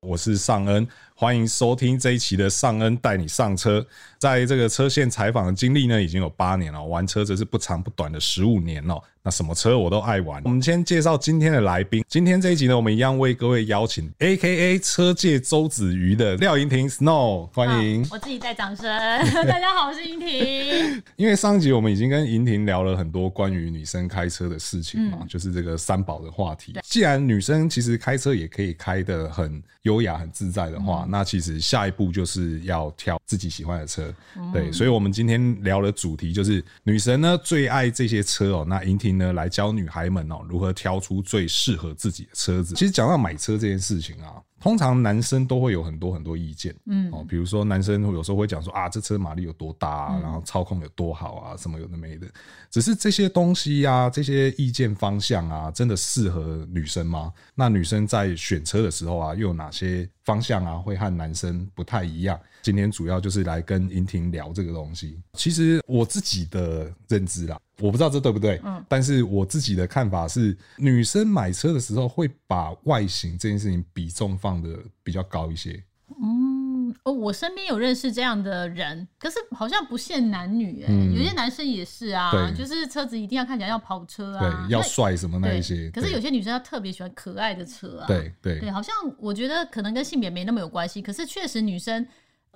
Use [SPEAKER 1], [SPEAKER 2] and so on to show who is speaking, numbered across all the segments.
[SPEAKER 1] 我是尚恩，欢迎收听这一期的尚恩带你上车。在这个车线采访的经历呢，已经有八年了，玩车则是不长不短的十五年哦。那什么车我都爱玩。我们先介绍今天的来宾，今天这一集呢，我们一样为各位邀请 A K A 车界周子瑜的廖莹婷 Snow，欢迎
[SPEAKER 2] 好。嗯我自己带掌声。 大家好，我是 英婷。
[SPEAKER 1] 因为上一集我们已经跟莹婷聊了很多关于女生开车的事情嘛，就是这个三宝的话题。既然女生其实开车也可以开得很优雅、很自在的话，那其实下一步就是要挑自己喜欢的车。对，所以我们今天聊的主题就是女神呢最爱这些车哦，那莹婷呢来教女孩们哦如何挑出最适合自己的车子。其实讲到买车这件事情啊，通常男生都会有很多很多意见，嗯，哦，比如说男生有时候会讲说啊，这车马力有多大、啊，然后操控有多好啊，什么有的没的。只是这些东西啊，这些意见方向啊，真的适合女生吗？那女生在选车的时候啊，又有哪些方向啊，会和男生不太一样？今天主要就是来跟莹婷聊这个东西。其实我自己的认知啦，我不知道这对不对，嗯，但是我自己的看法是，女生买车的时候会把外形这件事情比重放的比较高一些。
[SPEAKER 2] 嗯，哦，我身边有认识这样的人，可是好像不限男女、欸，
[SPEAKER 1] 嗯
[SPEAKER 2] 有些男生也是啊，
[SPEAKER 1] 对
[SPEAKER 2] 就是车子一定要看起来要跑车啊，
[SPEAKER 1] 对，要
[SPEAKER 2] 那
[SPEAKER 1] 帅什么那
[SPEAKER 2] 对
[SPEAKER 1] 一些，
[SPEAKER 2] 可是
[SPEAKER 1] 对
[SPEAKER 2] 有些女生她特别喜欢可爱的车啊，
[SPEAKER 1] 对对
[SPEAKER 2] 对，好像我觉得可能跟性别没那么有关系，可是确实女生。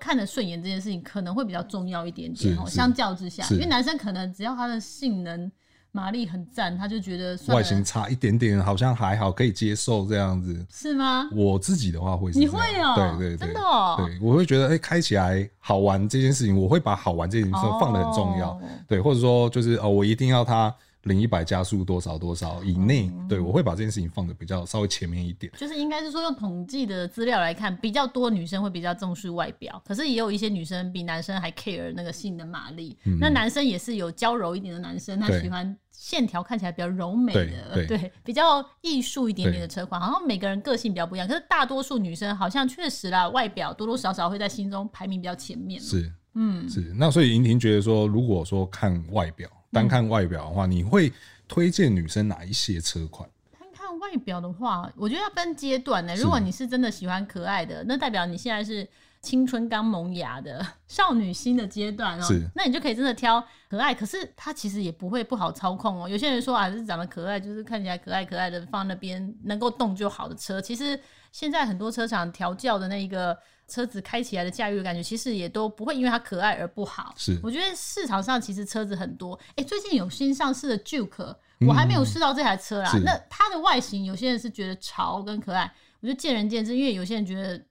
[SPEAKER 2] 看得顺眼这件事情可能会比较重要一点点
[SPEAKER 1] 是
[SPEAKER 2] 哦，
[SPEAKER 1] 是
[SPEAKER 2] 相较之下，
[SPEAKER 1] 是
[SPEAKER 2] 因为男生可能只要他的性能马力很赞，他就觉得算了
[SPEAKER 1] 外形差一点点，好像还好，可以接受这样子。
[SPEAKER 2] 是吗？
[SPEAKER 1] 我自己的话会是
[SPEAKER 2] 你
[SPEAKER 1] 这样
[SPEAKER 2] 会哦
[SPEAKER 1] 对对对，
[SPEAKER 2] 真的哦
[SPEAKER 1] 对我会觉得哎、开起来好玩这件事情，我会把好玩这件事情放的很重要，
[SPEAKER 2] 哦
[SPEAKER 1] 对，或者说就是哦，我一定要它零一百加速多少多少以内，
[SPEAKER 2] 嗯
[SPEAKER 1] 对我会把这件事情放的比较稍微前面一点，
[SPEAKER 2] 就是应该是说用统计的资料来看，比较多女生会比较重视外表，可是也有一些女生比男生还 care 那个性能马力。那男生也是有娇柔一点的男生，他
[SPEAKER 1] 嗯对
[SPEAKER 2] 喜欢线条看起来比较柔美的，
[SPEAKER 1] 对 对
[SPEAKER 2] 比较艺术一点点的车款。好像每个人个性比较不一样，可是大多数女生好像确实啦，外表多多少少会在心中排名比较前面。
[SPEAKER 1] 是
[SPEAKER 2] 嗯，
[SPEAKER 1] 是。那所以莹婷觉得说，如果说看外表，单
[SPEAKER 2] 嗯
[SPEAKER 1] 看外表的话，你会推荐女生哪一些车款？
[SPEAKER 2] 看看外表的话，我觉得要分阶段呢、如果你是真的喜欢可爱的，那代表你现在是青春刚萌芽的 少女心的阶段哦、
[SPEAKER 1] 是
[SPEAKER 2] 那你就可以真的挑可爱，可是它其实也不会不好操控哦、有些人说啊，是长得可爱，就是看起来可爱可爱的放那边能够动就好的车，其实现在很多车厂调教的那一个。车子开起来的驾驭的感觉，其实也都不会因为它可爱而不好。
[SPEAKER 1] 是
[SPEAKER 2] 我觉得市场上其实车子很多。哎、最近有新上市的 Juke，我还没有试到这台车啦。
[SPEAKER 1] 嗯是
[SPEAKER 2] 那它的外形，有些人是觉得潮跟可爱，我觉得见仁见智，因为有些人觉得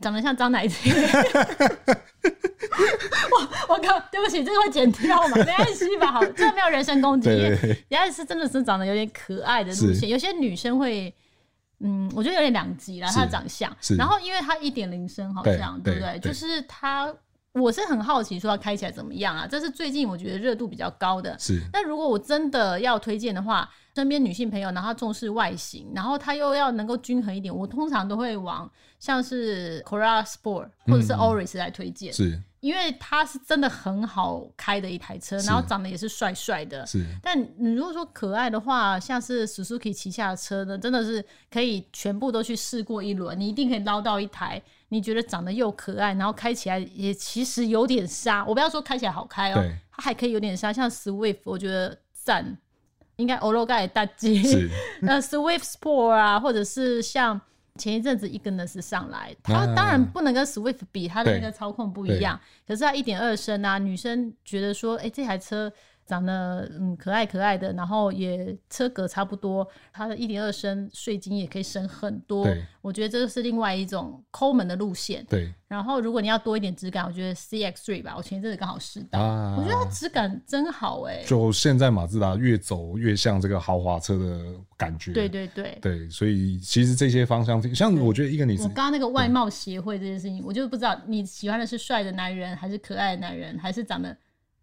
[SPEAKER 2] 长得像张乃婷。 我我靠，对不起，这个会剪掉嘛？没关系吧，好，这个没有人身攻击，因
[SPEAKER 1] 对
[SPEAKER 2] 为
[SPEAKER 1] 对对，
[SPEAKER 2] 人家是真的是长得有点可爱的路
[SPEAKER 1] 是
[SPEAKER 2] 线，有些女生会。嗯，我觉得有点两极啦，
[SPEAKER 1] 是
[SPEAKER 2] 她的长相
[SPEAKER 1] 是。
[SPEAKER 2] 然后，因为她一点零升好像，
[SPEAKER 1] 对
[SPEAKER 2] 对不对？
[SPEAKER 1] 对对
[SPEAKER 2] 就是她，我是很好奇说她开起来怎么样啊？这是最近我觉得热度比较高的。
[SPEAKER 1] 是
[SPEAKER 2] 那如果我真的要推荐的话，身边女性朋友，然后她重视外形，然后她又要能够均衡一点，我通常都会往像是 Cora Sport 或者是 Oris 来推荐，
[SPEAKER 1] 嗯是
[SPEAKER 2] 因为它是真的很好开的一台车，
[SPEAKER 1] 是
[SPEAKER 2] 然后长得也是帅帅的。
[SPEAKER 1] 是
[SPEAKER 2] 但你如果说可爱的话，像是 Suzuki 旗下的车呢，真的是可以全部都去试过一轮，你一定可以捞到一台你觉得长得又可爱，然后开起来也其实有点沙。我不要说开起来好开哦
[SPEAKER 1] 对，
[SPEAKER 2] 它还可以有点沙，像 Swift 我觉得赞，应该 o l o g a 大街
[SPEAKER 1] 是，
[SPEAKER 2] 那呃 Swift Sport 啊，或者是像前一阵子 Ignis 上来，它
[SPEAKER 1] 啊
[SPEAKER 2] 当然不能跟 Swift 比，它的
[SPEAKER 1] 对
[SPEAKER 2] 那个操控不一样。可是它一点二升啊，女生觉得说，哎、这台车长得嗯可爱可爱的，然后也车格差不多，它的一点二升税金也可以省很多
[SPEAKER 1] 对。
[SPEAKER 2] 我觉得这是另外一种抠门的路 线。
[SPEAKER 1] 对
[SPEAKER 2] 然后如果你要多一点质感，我觉得 CX3 吧，我前一阵子刚好试到，
[SPEAKER 1] 啊。
[SPEAKER 2] 我觉得它质感真好哎、
[SPEAKER 1] 就现在马自达越走越像这个豪华车的感觉。
[SPEAKER 2] 对对对。
[SPEAKER 1] 对，所以其实这些方向，像我觉得一个女
[SPEAKER 2] 我
[SPEAKER 1] 生，
[SPEAKER 2] 刚刚那个外貌协会这件事情，我就不知道你喜欢的是帅的男人，还是可爱的男人，还是长得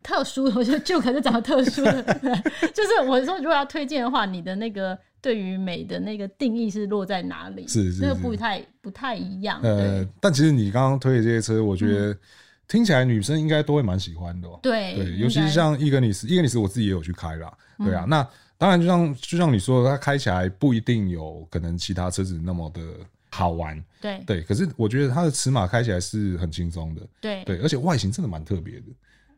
[SPEAKER 2] 特殊的？我觉得就可能长得特殊的， 就是我说如果要推荐的话，你的那个对于美的那个定义是落在哪里？
[SPEAKER 1] 是是
[SPEAKER 2] 那个
[SPEAKER 1] 是
[SPEAKER 2] 不太不太一样。
[SPEAKER 1] 呃，但其实你刚刚推的这些车，我觉得听起来女生应该都会蛮喜欢的、哦。
[SPEAKER 2] 嗯对
[SPEAKER 1] 对，尤其是
[SPEAKER 2] 应该嗯
[SPEAKER 1] 像伊格尼斯，伊格尼斯我自己也有去开啦，对啊，那当然就像就像你说的，它开起来不一定有可能其他车子那么的好玩。
[SPEAKER 2] 对
[SPEAKER 1] 对，可是我觉得它的尺码开起来是很轻松的，
[SPEAKER 2] 对
[SPEAKER 1] 对，而且外形真的蛮特别的。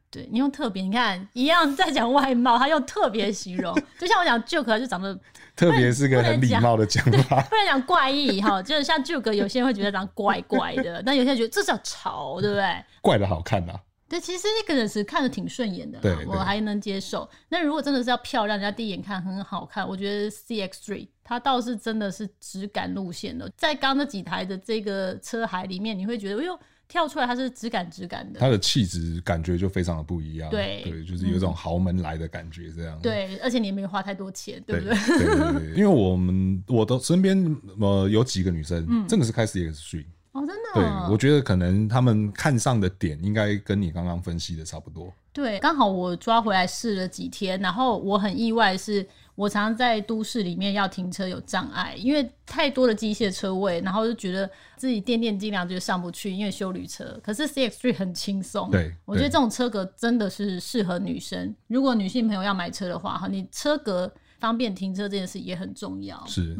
[SPEAKER 2] 对，你用特别，你看一样在讲外貌，他用特别 形容，就像我讲 Joke 就长得，
[SPEAKER 1] 特别是个很礼貌的讲法，
[SPEAKER 2] 不然讲怪异哈，就是像 Joke 有些人会觉得长得怪怪的，但有些人觉得这叫潮，对不对？
[SPEAKER 1] 怪的好看呐、啊
[SPEAKER 2] 对，其实那个人是看着挺顺眼的啦
[SPEAKER 1] 对
[SPEAKER 2] 我
[SPEAKER 1] 对
[SPEAKER 2] 还能接受。那如果真的是要漂亮，人家第一眼看很好看，我觉得 CX Three 它倒是真的是质感路线的。在刚刚那几台的这个车海里面，你会觉得，哎呦，跳出来它是质感质感的。
[SPEAKER 1] 它的气质感觉就非常的不一样。
[SPEAKER 2] 对嗯
[SPEAKER 1] 就是有一种豪门来的感觉，这样。
[SPEAKER 2] 对，而且你也没有花太多钱，对
[SPEAKER 1] 对
[SPEAKER 2] 不
[SPEAKER 1] 对
[SPEAKER 2] 对？
[SPEAKER 1] 对对，因为我们我的身边呃有几个女
[SPEAKER 2] 嗯
[SPEAKER 1] 生真的是开始也是睡。
[SPEAKER 2] 哦，真的
[SPEAKER 1] 对，
[SPEAKER 2] 哦、
[SPEAKER 1] 我觉得可能他们看上的点应该跟你刚刚分析的差不多。
[SPEAKER 2] 对，刚好我抓回来试了几天，然后我很意外的是，我常常在都市里面要停车有障碍，因为太多的机械车位，然后就觉得自己垫垫斤两就上不去，因为修旅车。可是 CX 3很轻松，
[SPEAKER 1] 对
[SPEAKER 2] 我觉得
[SPEAKER 1] 对
[SPEAKER 2] 这种车格真的是适合女生。如果女性朋友要买车的话，哈，你车格方便停车这件事也很重要。
[SPEAKER 1] 是是，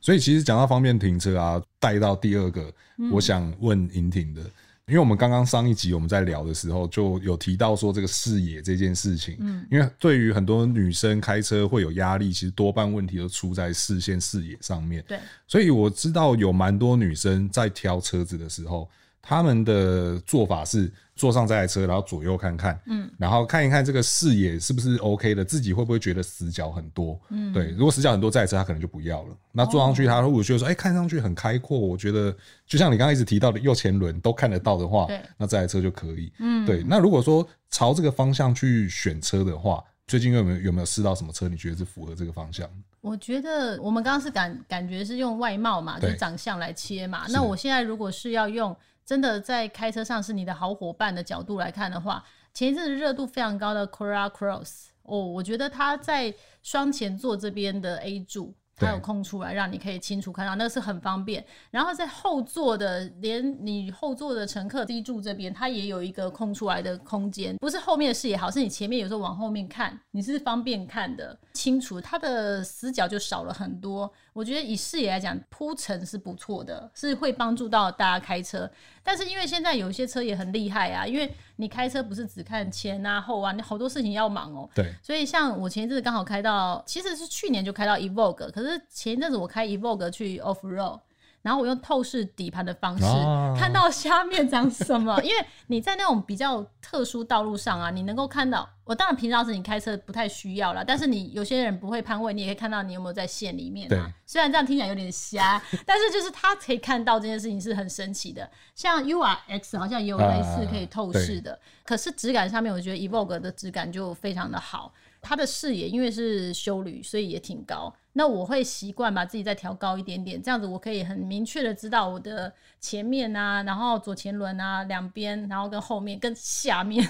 [SPEAKER 1] 所以其实讲到方便停车啊，带到第二个，我想问银婷的，因为我们刚刚上一集我们在聊的时候就有提到说这个视野这件事情，嗯，因为对于很多女生开车会有压力，其实多半问题都出在视线视野上面，
[SPEAKER 2] 对，
[SPEAKER 1] 所以我知道有蛮多女生在挑车子的时候，她们的做法是坐上这台车，然后左右看看，嗯，然后看一看这个视野是不是 OK 的，自己会不会觉得死角很多，嗯，对，如果死角很多，这台车她可能就不要了。那坐
[SPEAKER 2] 哦
[SPEAKER 1] 上去，她如果觉得说，哎、看上去很开阔，我觉得就像你刚刚一直提到的右前轮都看得到的话
[SPEAKER 2] 对，
[SPEAKER 1] 那这台车就可以，嗯，对。那如果说朝这个方向去选车的话，最近有没有有没有试到什么车？你觉得是符合这个方向？
[SPEAKER 2] 我觉得我们刚刚是感感觉是用外貌嘛，就
[SPEAKER 1] 对
[SPEAKER 2] 是长相来切嘛。
[SPEAKER 1] 是
[SPEAKER 2] 那我现在如果是要用真的在开车上是你的好伙伴的角度来看的话，前一阵子热度非常高的 Cora Cross 哦，我觉得它在双前座这边的 A 柱。它
[SPEAKER 1] 对
[SPEAKER 2] 有空出来，让你可以清楚看到，那是很方便。然后在后座的，连你后座的乘客 D 柱这边，它也有一个空出来的空间，不是后面的视野好，是你前面有时候往后面看，你是方便看的清楚，它的死角就少了很多。我觉得以视野来讲，铺陈是不错的，是会帮助到大家开车。但是因为现在有一些车也很厉害啊，因为你开车不是只看前啊后啊，你好多事情要忙哦、
[SPEAKER 1] 对，
[SPEAKER 2] 所以像我前一阵子刚好开到，其实是去年就开到 Evoque，可是前一阵子我开 Evoque 去 Off Road。然后我用透视底盘的方式、
[SPEAKER 1] 啊
[SPEAKER 2] 看到下面长什么， 因为你在那种比较特殊道路上啊，你能够看到。我当然平常时你开车不太需要啦，但是你有些人不会攀位，你也可以看到你有没有在线里面
[SPEAKER 1] 对
[SPEAKER 2] 啊。虽然这样听起来有点瞎，但是就是他可以看到这件事情是很神奇的。像 U R X 好像也有类似可以透视的，可是质感上面，我觉得 Evoque 的质感就非常的好。它的视野因为是修旅，所以也挺高。那我会习惯把自己再调高一点点，这样子我可以很明确的知道我的前面啊，然后左前轮啊，两边，然后跟后面跟下面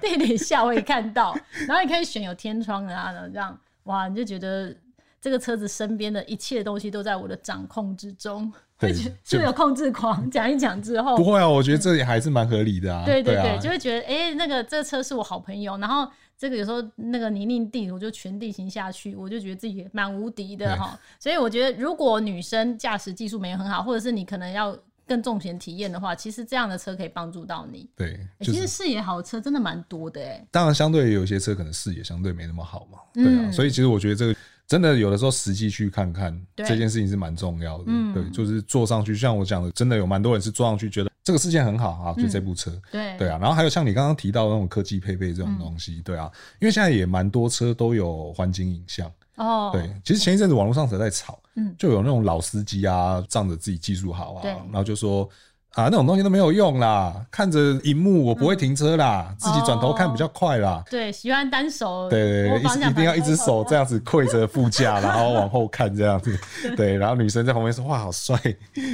[SPEAKER 2] 地理下我也看到，然后你可以选有天窗的啊，然后这样哇，你就觉得这个车子身边的一切东西都在我的掌控之中。
[SPEAKER 1] 对
[SPEAKER 2] 会觉得是
[SPEAKER 1] 就
[SPEAKER 2] 不是有控制狂？讲一讲之后
[SPEAKER 1] 不，会啊，我觉得这也还是蛮合理的啊。
[SPEAKER 2] 哦对对
[SPEAKER 1] 对
[SPEAKER 2] 对，
[SPEAKER 1] 啊
[SPEAKER 2] 就会觉得哎、诶那个这个车是我好朋友，然后这个有时候那个泥泞地，我就全地形下去，我就觉得自己蛮无敌的
[SPEAKER 1] 对
[SPEAKER 2] 哈。所以我觉得，如果女生驾驶技术没有很好，或者是你可能要更重险体验的话，其实这样的车可以帮助到你。
[SPEAKER 1] 对，
[SPEAKER 2] 诶
[SPEAKER 1] 就
[SPEAKER 2] 哎其实
[SPEAKER 1] 是
[SPEAKER 2] 视野好的车真的蛮多的哎、
[SPEAKER 1] 当然相对有些车可能视野相对没那么好嘛，对啊，
[SPEAKER 2] 嗯
[SPEAKER 1] 所以其实我觉得这个真的有的时候实际去看看
[SPEAKER 2] 对嗯
[SPEAKER 1] 这件事情是蛮重要的，对，就是坐上去，像我讲的，真的有蛮多人是坐上去觉得这个事件很好啊，就这部车。
[SPEAKER 2] 对
[SPEAKER 1] 对啊，然后还有像你刚刚提到的那种科技配备这种东西，对啊，因为现在也蛮多车都有环境影像，
[SPEAKER 2] 哦，
[SPEAKER 1] 对，其实前一阵子网络上才在吵，
[SPEAKER 2] 嗯
[SPEAKER 1] 就有那种老司机啊，仗着自己技术好啊，
[SPEAKER 2] 对
[SPEAKER 1] 然后就说啊那种东西都没有用啦，看着荧幕我不
[SPEAKER 2] 嗯
[SPEAKER 1] 会停车啦，自己转头
[SPEAKER 2] 哦
[SPEAKER 1] 看比较快啦。
[SPEAKER 2] 对，喜欢单手
[SPEAKER 1] 对对
[SPEAKER 2] 握
[SPEAKER 1] 对，
[SPEAKER 2] 方
[SPEAKER 1] 一
[SPEAKER 2] 向
[SPEAKER 1] 一定要
[SPEAKER 2] 盘
[SPEAKER 1] 一只手这样子跪着副驾， 然后往后看这样 子，对，然后女生在旁边说哇好帅，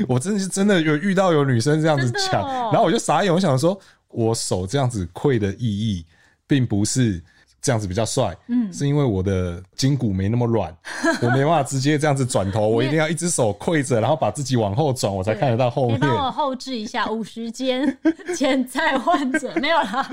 [SPEAKER 1] 我真的是真的有遇到有女生这样子
[SPEAKER 2] 真的
[SPEAKER 1] 讲，
[SPEAKER 2] 哦
[SPEAKER 1] 然后我就傻眼，我想说我手这样子跪的意义，并不是这样子比较帅，
[SPEAKER 2] 嗯
[SPEAKER 1] 是因为我的筋骨没那么软，我没办法直接这样子转 头，我一定要一只手跪着，然后把自己往后转，我才看得到后
[SPEAKER 2] 可以
[SPEAKER 1] 面。
[SPEAKER 2] 帮我后置一下五十肩 潜在患者没有啦，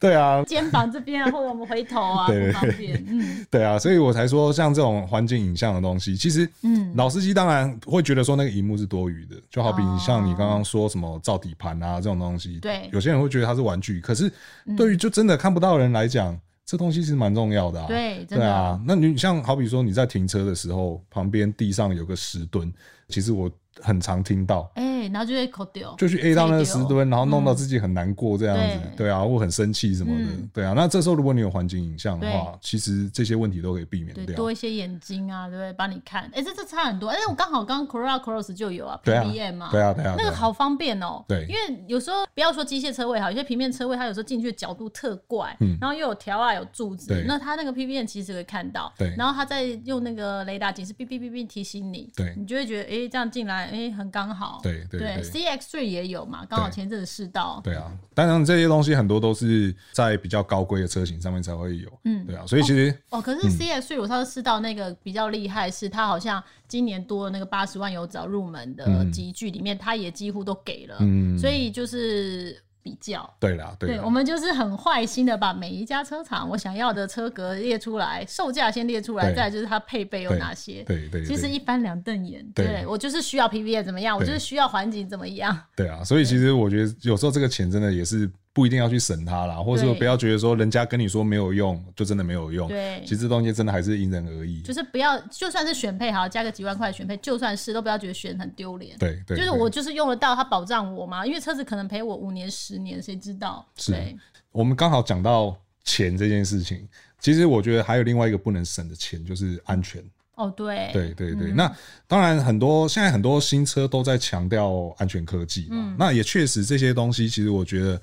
[SPEAKER 1] 对啊，
[SPEAKER 2] 肩膀这边啊，或者我们回头 啊，
[SPEAKER 1] 对
[SPEAKER 2] 不方便。 嗯，
[SPEAKER 1] 对啊，所以我才说像这种环境影像的东西，其实，
[SPEAKER 2] 嗯
[SPEAKER 1] 老司机当然会觉得说那个荧幕是多余的，就好比
[SPEAKER 2] 哦
[SPEAKER 1] 像你刚刚说什么造底盘啊这种东西，
[SPEAKER 2] 对嗯
[SPEAKER 1] 有些人会觉得它是玩具，可是对于就真的看不到的人来讲，这东西是蛮重要的啊。
[SPEAKER 2] 对，
[SPEAKER 1] 对
[SPEAKER 2] 真的。
[SPEAKER 1] 啊，那你像好比说你在停车的时候，旁边地上有个石墩，其实我很常听到，
[SPEAKER 2] 哎、然后就会口丢，
[SPEAKER 1] 就去 A 到那个石
[SPEAKER 2] 所以丢
[SPEAKER 1] 墩，然后弄到自己很难过这样子，
[SPEAKER 2] 嗯对
[SPEAKER 1] 对啊，或很生气什么的，
[SPEAKER 2] 嗯
[SPEAKER 1] 对啊。那这时候如果你有环境影像的话，其实这些问题都可以避免
[SPEAKER 2] 对，
[SPEAKER 1] 掉
[SPEAKER 2] 多。一些眼睛啊，对不对？帮你看，哎、这这差很多。哎、我刚好刚刚 Corolla Cross 就有啊
[SPEAKER 1] 对啊
[SPEAKER 2] ，PBM 嘛、
[SPEAKER 1] 对啊，对啊，对
[SPEAKER 2] 那个
[SPEAKER 1] 啊
[SPEAKER 2] 好方便哦、
[SPEAKER 1] 对
[SPEAKER 2] 因为有时候不要说机械车位好，有些平面车位它有时候进去的角度特怪，
[SPEAKER 1] 嗯
[SPEAKER 2] 然后又有条啊有柱子
[SPEAKER 1] 对，
[SPEAKER 2] 那它那个 PBM 其实会看到，
[SPEAKER 1] 对
[SPEAKER 2] 然后它再用那个雷达警示哔哔哔哔提醒你，
[SPEAKER 1] 对
[SPEAKER 2] 你就会觉得哎、诶这样进来哎、诶很刚好，
[SPEAKER 1] 对对对
[SPEAKER 2] CX3 也有嘛，刚好
[SPEAKER 1] 对
[SPEAKER 2] 前阵子试到，
[SPEAKER 1] 对啊，当然这些东西很多都是在比较高规的车型上面才会有，
[SPEAKER 2] 嗯
[SPEAKER 1] 对啊，所以其实
[SPEAKER 2] 哦，可是 CX 税我上次试到那个比较厉害，是它好像今年多了那个八十万有找入门的
[SPEAKER 1] 嗯
[SPEAKER 2] 集聚里面，它也几乎都给了，
[SPEAKER 1] 嗯
[SPEAKER 2] 所以就是比较。
[SPEAKER 1] 对啦，对啊
[SPEAKER 2] 对，
[SPEAKER 1] 啦
[SPEAKER 2] 我们就是很坏心的把每一家车厂我想要的车格列出来，售价先列出来，
[SPEAKER 1] 对
[SPEAKER 2] 再来就是它配备有哪些。
[SPEAKER 1] 对对，
[SPEAKER 2] 其实
[SPEAKER 1] 对
[SPEAKER 2] 一翻两瞪眼，
[SPEAKER 1] 对
[SPEAKER 2] 对我就是需要 PVA 怎么样，我就是需要环境怎么样。
[SPEAKER 1] 对啊，所以其实我觉得有时候这个钱真的也是不一定要去省它啦，或者说
[SPEAKER 2] 对
[SPEAKER 1] 不要觉得说人家跟你说没有用，就真的没有用。
[SPEAKER 2] 对
[SPEAKER 1] 其实这东西真的还是因人而异。
[SPEAKER 2] 就是不要，就算是选配好，加个几万块的选配，就算是都不要觉得选很丢脸。
[SPEAKER 1] 对对，
[SPEAKER 2] 就是
[SPEAKER 1] 对
[SPEAKER 2] 我就是用得到，它保障我嘛，因为车子可能赔我五年、十年，谁知道？
[SPEAKER 1] 是
[SPEAKER 2] 对，
[SPEAKER 1] 我们刚好讲到钱这件事情，其实我觉得还有另外一个不能省的钱就是安全。
[SPEAKER 2] 哦，对，
[SPEAKER 1] 对对对，那当然很多现在很多新车都在强调安全科技嘛，那也确实这些东西，其实我觉得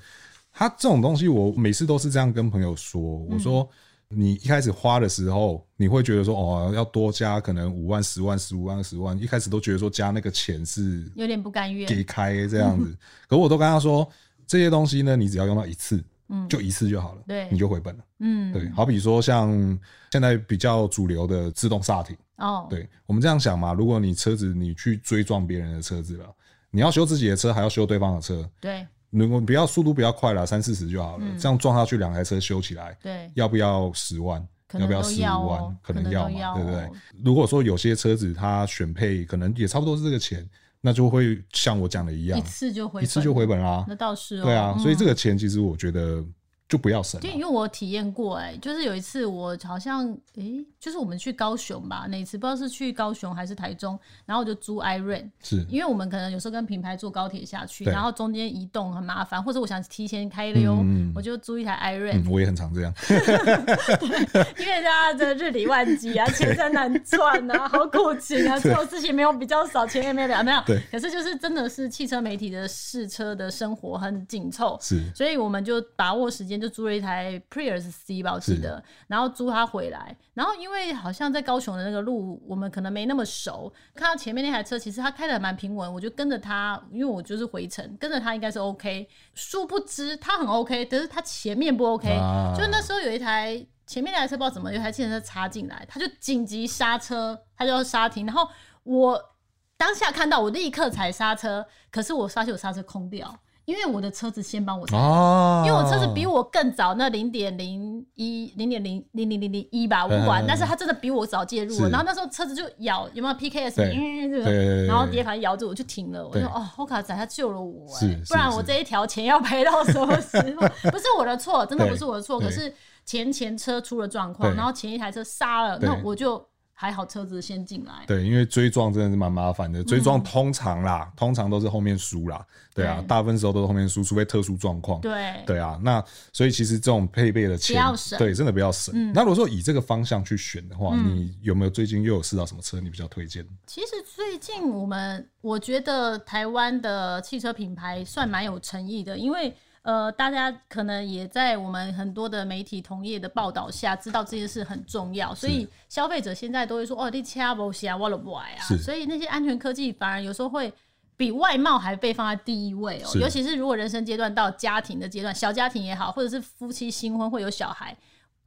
[SPEAKER 1] 它这种东西，我每次都是这样跟朋友说，我说。你一开始花的时候，你会觉得说哦，要多加可能五万、十万、十五万、十万，一开始都觉得说加那个钱是
[SPEAKER 2] 有点不甘愿。
[SPEAKER 1] 给开这样子。可我都跟他说，这些东西呢，你只要用到一次，
[SPEAKER 2] 嗯
[SPEAKER 1] 就一次就好了，
[SPEAKER 2] 对
[SPEAKER 1] 你就回本了。
[SPEAKER 2] 嗯，
[SPEAKER 1] 对，好比说像现在比较主流的自动刹停，
[SPEAKER 2] 哦，
[SPEAKER 1] 对我们这样想嘛，如果你车子你去追撞别人的车子了，你要修自己的车，还要修对方的车，
[SPEAKER 2] 对
[SPEAKER 1] 如果不要速度不要快了，三四十就好了，
[SPEAKER 2] 嗯
[SPEAKER 1] 这样撞下去两台车修起来，
[SPEAKER 2] 对
[SPEAKER 1] 要不要十万？
[SPEAKER 2] 可
[SPEAKER 1] 要
[SPEAKER 2] 能
[SPEAKER 1] 不要
[SPEAKER 2] 都
[SPEAKER 1] 十
[SPEAKER 2] 要
[SPEAKER 1] 五
[SPEAKER 2] 哦
[SPEAKER 1] 万？可能
[SPEAKER 2] 可能
[SPEAKER 1] 要
[SPEAKER 2] 都
[SPEAKER 1] 嘛，
[SPEAKER 2] 要
[SPEAKER 1] 对不对
[SPEAKER 2] 哦？
[SPEAKER 1] 如果说有些车子它选配可能也差不多是这个钱，那就会像我讲的一样
[SPEAKER 2] 一，次就回
[SPEAKER 1] 一次就回，本啦。
[SPEAKER 2] 那倒是哦。
[SPEAKER 1] 对啊，
[SPEAKER 2] 嗯
[SPEAKER 1] 所以这个钱其实我觉得就不要省
[SPEAKER 2] 就
[SPEAKER 1] 了。
[SPEAKER 2] 因为我体验过、哎，就是有一次我好像，哎、就是我们去高雄吧，那一次不知道是去高雄还是台中，然后我就租 iRent，
[SPEAKER 1] 是，
[SPEAKER 2] 因为我们可能有时候跟品牌坐高铁下去，
[SPEAKER 1] 对
[SPEAKER 2] 然后中间移动很麻烦，或者我想提前开溜，
[SPEAKER 1] 嗯嗯嗯
[SPEAKER 2] 我就租一台 iRent，、
[SPEAKER 1] 嗯，我也很常这 样。
[SPEAKER 2] 因为大家的日理万机啊，钱真难赚啊，好苦情啊，做事情没有比较少，钱也没有两没有
[SPEAKER 1] 对。
[SPEAKER 2] 可是就是真的是汽车媒体的试车的生活很紧凑。
[SPEAKER 1] 是，
[SPEAKER 2] 所以我们就把握时间，就租了一台 Prius C 吧，我记得，然后租它回来。然后因为好像在高雄的那个路，我们可能没那么熟，看到前面那台车，其实它开的蛮平稳，我就跟着它，因为我就是回程，跟着它应该是 OK。殊不知它很 OK，可是它前面不 OK，、
[SPEAKER 1] 啊
[SPEAKER 2] 就那时候有一台前面那台车不知道怎么有一台自行车插进来，他就紧急刹车，他就要刹停，然后我当下看到我立刻踩刹车，可是我发现我刹车空掉，因为我的车子先帮我刹。
[SPEAKER 1] 哦，
[SPEAKER 2] 因为我车子比我更早，那零点零一、零点零零零零零一吧，我不管
[SPEAKER 1] 嗯。
[SPEAKER 2] 但是他真的比我早介入
[SPEAKER 1] 是
[SPEAKER 2] 了，然后那时候车子就咬，有没有 PKS？
[SPEAKER 1] 对
[SPEAKER 2] 嗯这
[SPEAKER 1] 对对
[SPEAKER 2] 个
[SPEAKER 1] 对
[SPEAKER 2] 然后碟盘咬住我就停了，我
[SPEAKER 1] 对
[SPEAKER 2] 说哦，我靠，仔他救了我、
[SPEAKER 1] 是
[SPEAKER 2] 欸
[SPEAKER 1] 是，
[SPEAKER 2] 不然
[SPEAKER 1] 是
[SPEAKER 2] 我这一条钱要赔到什么时候？ 不是我的错，真的
[SPEAKER 1] 对
[SPEAKER 2] 不是我的错。
[SPEAKER 1] 对
[SPEAKER 2] 可是前前车出了状况，
[SPEAKER 1] 对
[SPEAKER 2] 然后前一台车刹了，
[SPEAKER 1] 对
[SPEAKER 2] 那我就还好，车子先进来。
[SPEAKER 1] 对，因为追撞真的是蛮麻烦的。追撞通常啦，通常都是后面输啦，对啊，
[SPEAKER 2] 嗯对
[SPEAKER 1] 大部分时候都是后面输，除非特殊状况。
[SPEAKER 2] 对
[SPEAKER 1] 对啊，那所以其实这种配备的钱，
[SPEAKER 2] 不要省嗯
[SPEAKER 1] 对，真的不要省。那如果说以这个方向去选的话，你有没有最近又有试到什么车你比较推 荐？
[SPEAKER 2] 其实最近我们，我觉得台湾的汽车品牌算蛮有诚意的，因为呃，大家可能也在我们很多的媒体同业的报道下，知道这件事很重要，所以消费者现在都会说哦，你掐不下，我了不爱啊
[SPEAKER 1] 是，
[SPEAKER 2] 所以那些安全科技反而有时候会。比外貌还被放在第一位哦、
[SPEAKER 1] 是
[SPEAKER 2] 尤其是如果人生阶段到家庭的阶段，小家庭也好，或者是夫妻新婚会有小孩，